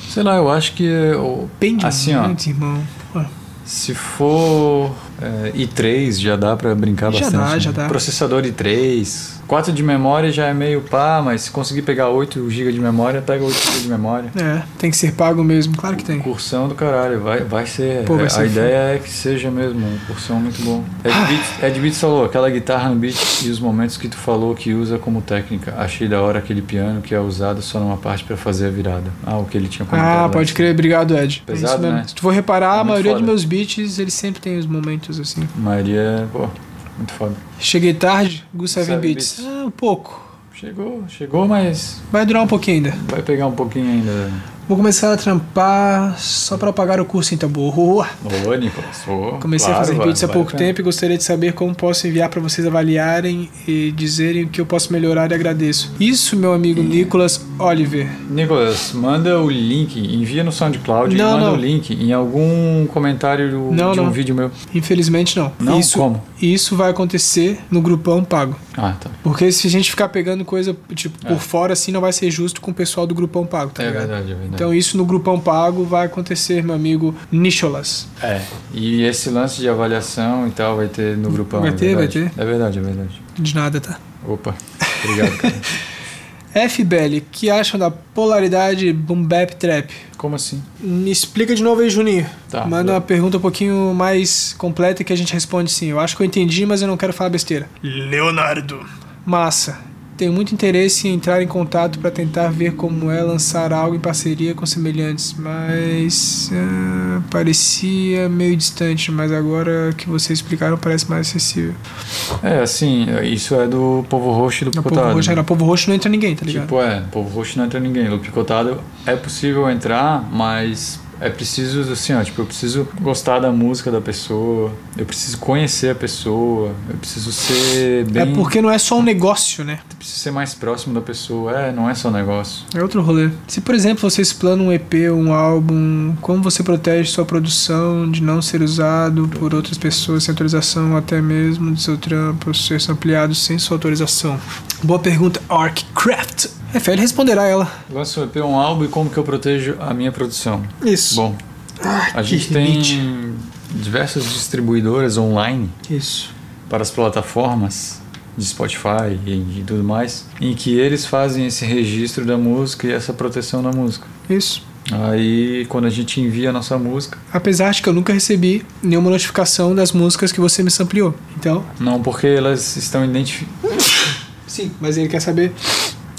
Speaker 1: sei lá, eu acho que. eu-
Speaker 2: Pende
Speaker 1: assim, ó.
Speaker 2: muito, irmão. Pô,
Speaker 1: Se for é, i3, já dá pra brincar
Speaker 2: Já
Speaker 1: bastante. né?
Speaker 2: dá, já dá.
Speaker 1: Processador i3. 4 de memória já é meio pá, mas se conseguir pegar 8 GB de memória, pega 8 GB de memória.
Speaker 2: É, tem que ser pago mesmo, claro que tem.
Speaker 1: Cursão do caralho, vai, vai ser.
Speaker 2: Pô, vai
Speaker 1: a
Speaker 2: ser
Speaker 1: ideia é que seja mesmo, um cursão muito bom. Ed Beats, Ed Beats falou, aquela guitarra no beat e os momentos que tu falou que usa como técnica. Achei da hora aquele piano que é usado só numa parte pra fazer a virada. Ah, o que ele tinha comentado.
Speaker 2: Ah,
Speaker 1: antes.
Speaker 2: pode crer, obrigado, Ed.
Speaker 1: né? Pesado,
Speaker 2: é isso mesmo.
Speaker 1: né?
Speaker 2: Se tu for reparar, a
Speaker 1: Muito
Speaker 2: maioria
Speaker 1: foda.
Speaker 2: dos meus beats, eles sempre tem os momentos assim.
Speaker 1: Maria, pô, muito foda.
Speaker 2: Cheguei tarde, Gu Seven
Speaker 1: Seven
Speaker 2: Beats.
Speaker 1: Beats.
Speaker 2: Ah, um pouco.
Speaker 1: Chegou, chegou, mas
Speaker 2: Vai durar um pouquinho ainda.
Speaker 1: vai pegar um pouquinho ainda.
Speaker 2: Vou começar a trampar só pra pagar o curso, então. Boa!
Speaker 1: Ô, Nicolas, ô,
Speaker 2: Comecei
Speaker 1: claro,
Speaker 2: a fazer
Speaker 1: vai-
Speaker 2: beats há
Speaker 1: vale
Speaker 2: pouco
Speaker 1: a pena.
Speaker 2: tempo e gostaria de saber como posso enviar para vocês avaliarem e dizerem o que eu posso melhorar e agradeço. Isso, meu amigo Nicolas Oliver.
Speaker 1: Nicolas, manda o link, envia no SoundCloud e
Speaker 2: Não,
Speaker 1: manda
Speaker 2: não.
Speaker 1: o link em algum comentário do-
Speaker 2: Não,
Speaker 1: de um
Speaker 2: não.
Speaker 1: vídeo meu.
Speaker 2: Infelizmente não.
Speaker 1: Não?
Speaker 2: isso,
Speaker 1: Como?
Speaker 2: isso vai acontecer no grupão pago.
Speaker 1: Ah, tá.
Speaker 2: Porque se a gente ficar pegando coisa tipo, por fora, assim não vai ser justo com o pessoal do grupão pago, tá
Speaker 1: É
Speaker 2: ligado?
Speaker 1: verdade, é verdade.
Speaker 2: Então isso no grupão pago vai acontecer, meu amigo Nicholas.
Speaker 1: É, e esse lance de avaliação e tal vai ter no grupão.
Speaker 2: Vai
Speaker 1: é
Speaker 2: ter,
Speaker 1: verdade.
Speaker 2: vai ter.
Speaker 1: É verdade, é verdade.
Speaker 2: De nada, tá?
Speaker 1: Opa, obrigado, cara.
Speaker 2: FBL, que acham da polaridade boom bap trap?
Speaker 1: Como assim?
Speaker 2: Me explica de novo aí, Juninho.
Speaker 1: Tá.
Speaker 2: Manda uma pergunta um pouquinho mais completa que a gente responde sim. Eu acho que eu entendi, mas eu não quero falar besteira.
Speaker 3: Leonardo.
Speaker 2: Massa. Tenho muito interesse em entrar em contato para tentar ver como é lançar algo em parceria com semelhantes, mas ah, parecia meio distante, mas agora que vocês explicaram parece mais acessível.
Speaker 1: É, assim, isso é do povo roxo e do
Speaker 2: Na
Speaker 1: picotado. né?
Speaker 2: Povo Roxo, na Povo Roxo não entra ninguém, tá ligado?
Speaker 1: Tipo, é, povo roxo não entra ninguém. No picotado é possível entrar, mas É preciso, assim, ó, tipo, eu preciso gostar da música da pessoa, eu preciso conhecer a pessoa, eu preciso ser bem.
Speaker 2: É porque não é só um negócio, né?
Speaker 1: Eu preciso ser mais próximo da pessoa. É, não é só negócio.
Speaker 2: É outro rolê. Se, por exemplo, vocês planam um EP, um álbum, como você protege sua produção de não ser usado por outras pessoas sem autorização, até mesmo do seu trampo ser ampliado sem sua autorização? Boa pergunta, Ark Craft. É, ele responderá ela.
Speaker 1: Lanço um EP, um álbum e como que eu protejo a minha produção?
Speaker 2: Isso.
Speaker 1: Bom, a gente tem diversas distribuidoras online
Speaker 2: Isso.
Speaker 1: para as plataformas de Spotify e, e tudo mais, em que eles fazem esse registro da música e essa proteção da música.
Speaker 2: Isso.
Speaker 1: Aí, quando a gente envia a nossa música,
Speaker 2: Apesar de que eu nunca recebi nenhuma notificação das músicas que você me sampleou. Então.
Speaker 1: não porque elas estão identificadas.
Speaker 2: Sim, mas ele quer saber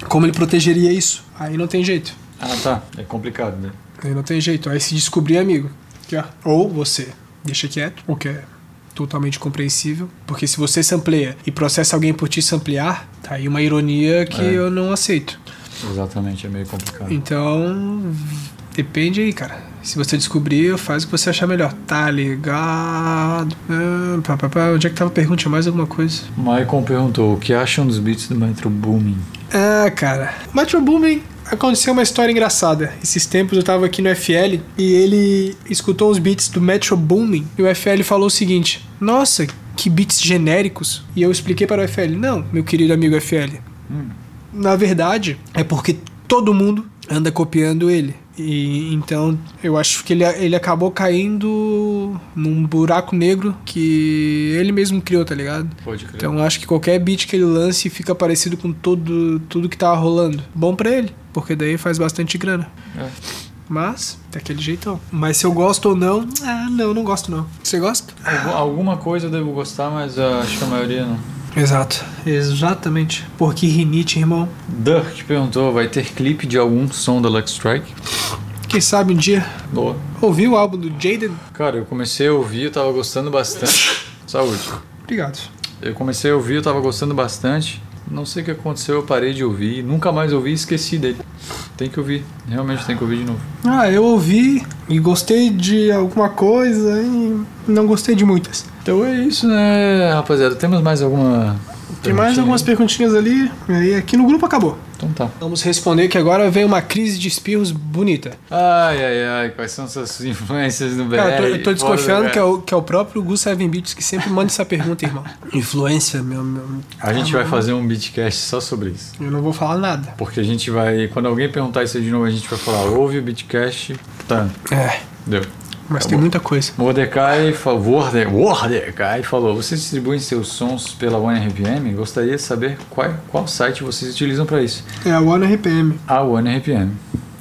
Speaker 2: como ele protegeria isso. Aí não tem jeito.
Speaker 1: Ah, tá. É complicado, né?
Speaker 2: Aí não tem jeito. Aí se descobrir, amigo. Aqui, ó. Ou você deixa quieto, o que é totalmente compreensível. Porque se você sampleia e processa alguém por te samplear, tá aí uma ironia que
Speaker 1: É.
Speaker 2: eu não aceito.
Speaker 1: Exatamente, é meio complicado.
Speaker 2: Então, depende aí, cara. Se você descobrir, faz o que você achar melhor. Tá ligado? Ah, pá, pá, pá. Onde é que tava a pergunta? Tinha mais alguma coisa?
Speaker 1: Maicon perguntou o que acham dos beats do Metro Booming.
Speaker 2: Ah, cara. Metro Boomin aconteceu uma história engraçada. Esses tempos eu tava aqui no FL e ele escutou os beats do Metro Boomin e o FL falou o seguinte: Nossa, que beats genéricos. E eu expliquei para o FL: Não, meu querido amigo FL. Na verdade, é porque todo mundo anda copiando ele. E então eu acho que ele, ele acabou caindo num buraco negro que ele mesmo criou, tá ligado?
Speaker 1: Pode crer.
Speaker 2: Então eu acho que qualquer beat que ele lance fica parecido com todo, tudo que tava rolando. Bom pra ele, porque daí faz bastante grana.
Speaker 1: É.
Speaker 2: Mas, daquele jeitão. Mas se eu gosto ou não, ah, não, não gosto não. Você gosta?
Speaker 1: Algu- alguma coisa eu devo gostar, mas ah, acho que a maioria não.
Speaker 2: É. Exato. Exatamente. Porque rinite, irmão.
Speaker 1: Dirk perguntou, vai ter clipe de algum som da Lux Strike?
Speaker 2: Quem sabe um dia
Speaker 1: Boa.
Speaker 2: ouvi o álbum do Jaden.
Speaker 1: Cara, eu comecei a ouvir, eu tava gostando bastante. Saúde.
Speaker 2: Obrigado.
Speaker 1: Eu comecei a ouvir, eu tava gostando bastante. Não sei o que aconteceu, eu parei de ouvir. Nunca mais ouvi e esqueci dele. Tem que ouvir. Realmente tem que ouvir de novo.
Speaker 2: Ah, eu ouvi e gostei de alguma coisa e não gostei de muitas.
Speaker 1: Então é isso, né, rapaziada? Temos mais alguma...
Speaker 2: Tem mais
Speaker 1: perguntinha?
Speaker 2: algumas perguntinhas ali, e aí aqui no grupo acabou.
Speaker 1: Então tá.
Speaker 2: Vamos responder que agora vem uma crise de espirros bonita.
Speaker 1: Ai, ai, ai. Quais são suas influências no BR? né?
Speaker 2: Cara, eu tô, eu tô
Speaker 1: Fora do
Speaker 2: desconfiando
Speaker 1: BR.
Speaker 2: que é, o, que é o próprio Gus Seven Beats que sempre manda essa pergunta, irmão. Influência, meu, meu.
Speaker 1: A gente vai fazer um beatcast só sobre isso.
Speaker 2: Eu não vou falar nada.
Speaker 1: Porque a gente vai... Quando alguém perguntar isso de novo, a gente vai falar, ouve o beatcast. Tá,
Speaker 2: É,
Speaker 1: deu.
Speaker 2: mas
Speaker 1: Tá
Speaker 2: tem
Speaker 1: bom.
Speaker 2: muita coisa.
Speaker 1: Mordecai, fa- Worde- Mordecai falou: Vocês distribuem seus sons pela OneRPM? Gostaria de saber qual, qual site vocês utilizam para isso.
Speaker 2: É a One RPM.
Speaker 1: A OneRPM.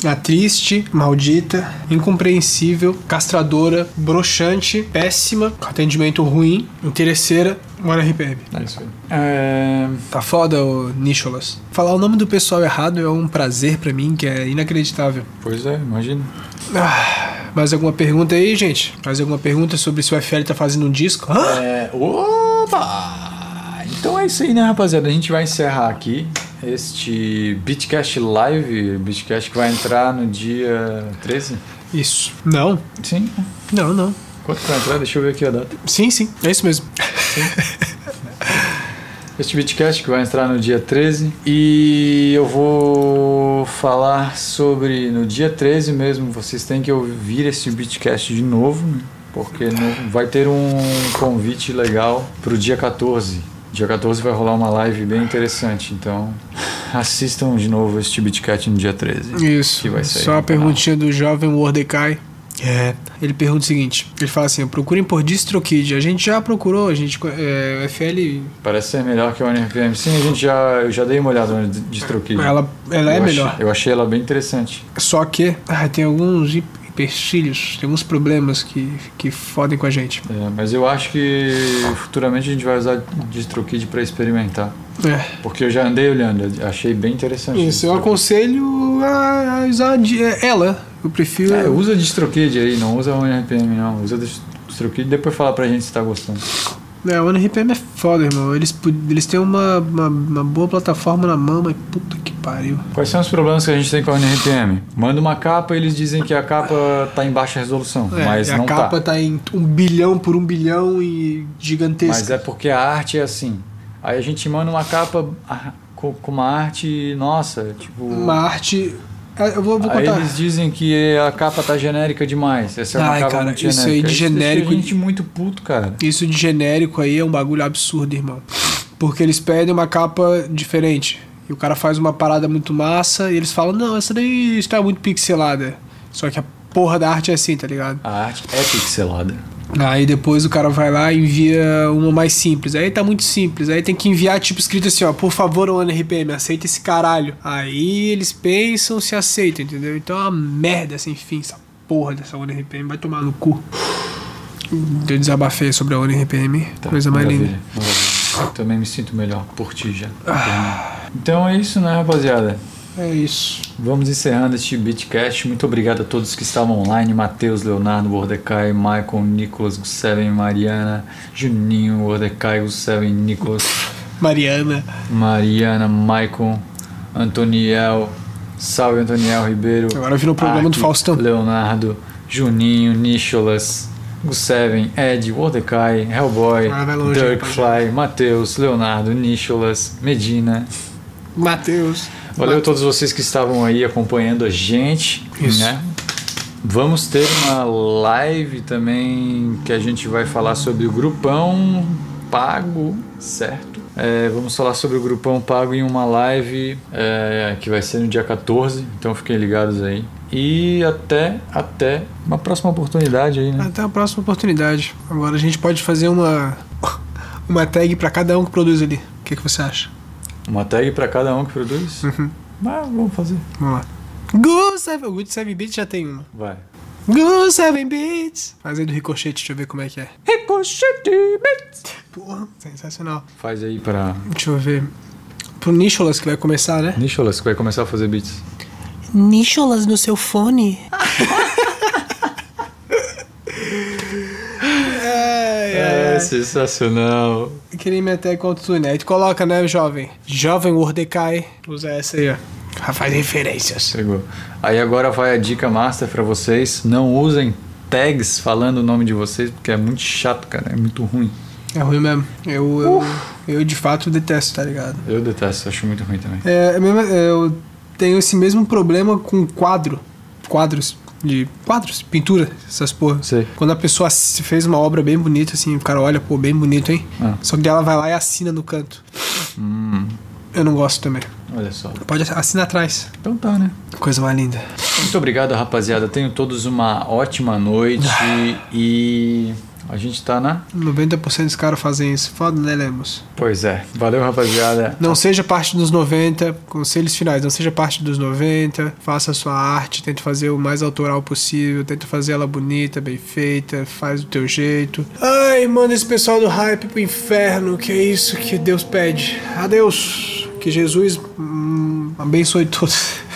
Speaker 2: É A triste, maldita, incompreensível, castradora, broxante, péssima, com atendimento ruim, interesseira, One RPM.
Speaker 1: É isso aí. É,
Speaker 2: Tá foda, ô Nicholas. Falar o nome do pessoal errado é um prazer pra mim que é inacreditável.
Speaker 1: pois é, imagina.
Speaker 2: Ah, mais alguma pergunta aí, gente? Mais alguma pergunta sobre se o FL tá fazendo um disco? Hã?
Speaker 1: É, opa! Então é isso aí, né, rapaziada? A gente vai encerrar aqui este Beatcast Live, Beatcast que vai entrar no dia 13.
Speaker 2: Isso. Não,
Speaker 1: Sim.
Speaker 2: não, não.
Speaker 1: Quanto que vai entrar? Deixa eu ver aqui a data.
Speaker 2: Sim, sim, é isso mesmo.
Speaker 1: Este Bitcast que vai entrar no dia 13 e eu vou falar sobre no dia 13 mesmo, vocês têm que ouvir esse Bitcast de novo, né? porque no- vai ter um convite legal pro dia 14. Dia 14 vai rolar uma live bem interessante, então assistam de novo este Bitcast no dia 13.
Speaker 2: Isso.
Speaker 1: Que vai sair
Speaker 2: Só
Speaker 1: no
Speaker 2: a perguntinha do jovem Mordecai. É. Ele pergunta o seguinte: ele fala assim, procurem por DistroKid. A gente já procurou, a gente. É, o FL.
Speaker 1: Parece ser melhor que a ONRPM. Sim, a gente já, eu já dei uma olhada no DistroKid.
Speaker 2: Ela, ela é
Speaker 1: Eu achei-
Speaker 2: melhor.
Speaker 1: eu achei ela bem interessante.
Speaker 2: Só que ah, tem alguns empecilhos, tem alguns problemas que, que fodem com a gente.
Speaker 1: É, mas eu acho que futuramente a gente vai usar DistroKid para experimentar.
Speaker 2: É.
Speaker 1: Porque eu já andei olhando, achei bem interessante.
Speaker 2: Isso, eu
Speaker 1: DistroKid.
Speaker 2: aconselho a, a usar de- é, ela. Eu prefiro.
Speaker 1: É, usa um DistroKid aí, não usa o RPM não. Usa Dis- DistroKid e depois fala pra gente se tá gostando.
Speaker 2: É, o NRPM é foda, irmão. Eles, pu- eles têm uma, uma, uma boa plataforma na mão, mas puta que pariu.
Speaker 1: Quais são os problemas que a gente tem com a NRPM? Manda uma capa e eles dizem que a capa tá em baixa resolução,
Speaker 2: É,
Speaker 1: mas
Speaker 2: e a
Speaker 1: não
Speaker 2: capa
Speaker 1: tá.
Speaker 2: tá. em um bilhão por um bilhão e
Speaker 1: Mas
Speaker 2: gigantesca.
Speaker 1: é porque a arte é assim. Aí a gente manda uma capa ah, co- com uma arte, nossa, tipo.
Speaker 2: Uma arte. Ah, Eu vou, vou
Speaker 1: Aí
Speaker 2: contar.
Speaker 1: eles dizem que a capa tá genérica demais. Essa é uma
Speaker 2: Ai,
Speaker 1: capa
Speaker 2: cara,
Speaker 1: muito
Speaker 2: isso
Speaker 1: genérica.
Speaker 2: aí de
Speaker 1: deixa
Speaker 2: genérico-
Speaker 1: a gente muito puto, cara.
Speaker 2: Isso de genérico aí é um bagulho absurdo, irmão. Porque eles pedem uma capa diferente. E o cara faz uma parada muito massa e eles falam, não, essa daí está muito pixelada. Só que a porra da arte é assim, tá ligado?
Speaker 1: A arte é pixelada.
Speaker 2: Aí depois o cara vai lá e envia uma mais simples. Aí tá muito simples. Aí tem que enviar, tipo, escrito assim, ó, por favor, o NRPM, aceita esse caralho. Aí eles pensam se aceitam, entendeu? Então é uma merda sem fim, essa porra dessa ONRPM. Vai tomar no cu. Eu desabafei sobre a ONRPM.
Speaker 1: Tá,
Speaker 2: Coisa mais
Speaker 1: maravilha,
Speaker 2: linda.
Speaker 1: maravilha. Também me sinto melhor por ti já.
Speaker 2: Ah.
Speaker 1: Então é isso, né, rapaziada?
Speaker 2: É isso.
Speaker 1: Vamos encerrando este Beatcast. Muito obrigado a todos que estavam online: Matheus, Leonardo, Mordecai, Michael, Nicolas, Guseven, Mariana, Juninho, Mordecai, Guseven, Nicolas,
Speaker 2: Mariana.
Speaker 1: Mariana, Michael, Antoniel. Salve, Antoniel Ribeiro.
Speaker 2: Agora virou programa do
Speaker 1: Ark,
Speaker 2: Faustão.
Speaker 1: Leonardo, Juninho, Nicholas, Guseven, Ed, Mordecai, Hellboy,
Speaker 2: Ah, vai longe,
Speaker 1: Dirk
Speaker 2: rapaziada.
Speaker 1: Fly, Matheus, Leonardo, Nicholas, Medina.
Speaker 2: Matheus.
Speaker 1: Valeu a todos vocês que estavam aí acompanhando a gente.
Speaker 2: Isso.
Speaker 1: Né? Vamos ter uma live também que a gente vai falar sobre o grupão pago, certo? É, vamos falar sobre o grupão pago em uma live é, que vai ser no dia 14, então fiquem ligados aí. E até, até uma próxima oportunidade aí, né?
Speaker 2: Até a próxima oportunidade. Agora a gente pode fazer uma uma tag pra cada um que produz ali. O que, que você acha?
Speaker 1: Uma tag pra cada um que produz. Mas vamos fazer.
Speaker 2: Vamos lá. Good 7 Good Seven Beats já tem uma.
Speaker 1: Vai.
Speaker 2: Good 7 Beats. Fazendo ricochete, deixa eu ver como é que é. Porra, sensacional.
Speaker 1: Faz aí pra
Speaker 2: Deixa eu ver. Pro Nicholas que vai começar, né?
Speaker 1: Nicholas que vai começar a fazer beats.
Speaker 2: Nicholas no seu fone. é, é.
Speaker 1: É sensacional.
Speaker 2: Queria minha tag com autotune. Aí tu coloca, né, jovem? Jovem Urdecai. Usa essa aí, ó. Já faz referências.
Speaker 1: Chegou. Aí agora vai a dica master pra vocês. Não usem tags falando o nome de vocês, porque é muito chato, cara. É muito ruim.
Speaker 2: É ruim mesmo. Eu, eu, eu de fato detesto, tá ligado?
Speaker 1: Eu detesto, acho muito ruim também.
Speaker 2: É, é mesmo- é, eu tenho esse mesmo problema com quadro. Quadros. De quadros, pintura, essas porras.
Speaker 1: Sei.
Speaker 2: Quando a pessoa ass- fez uma obra bem bonita, assim, o cara olha, pô, bem bonito, hein?
Speaker 1: Ah.
Speaker 2: Só que daí ela vai lá e assina no canto. Eu não gosto também.
Speaker 1: Hum, Olha só.
Speaker 2: Pode ass- assinar atrás.
Speaker 1: Então tá, né?
Speaker 2: Coisa mais linda.
Speaker 1: Muito obrigado, rapaziada. Tenham todos uma ótima noite e a gente tá na.
Speaker 2: 90% dos caras fazem isso. Foda, né, Lemos?
Speaker 1: Pois é. Valeu, rapaziada.
Speaker 2: Não seja parte dos 90, conselhos finais, não seja parte dos 90, faça a sua arte, tenta fazer o mais autoral possível, tenta fazer ela bonita, bem feita, faz do teu jeito. Ai, manda esse pessoal do hype pro inferno, que é isso que Deus pede. Adeus, que Jesus hum, abençoe todos.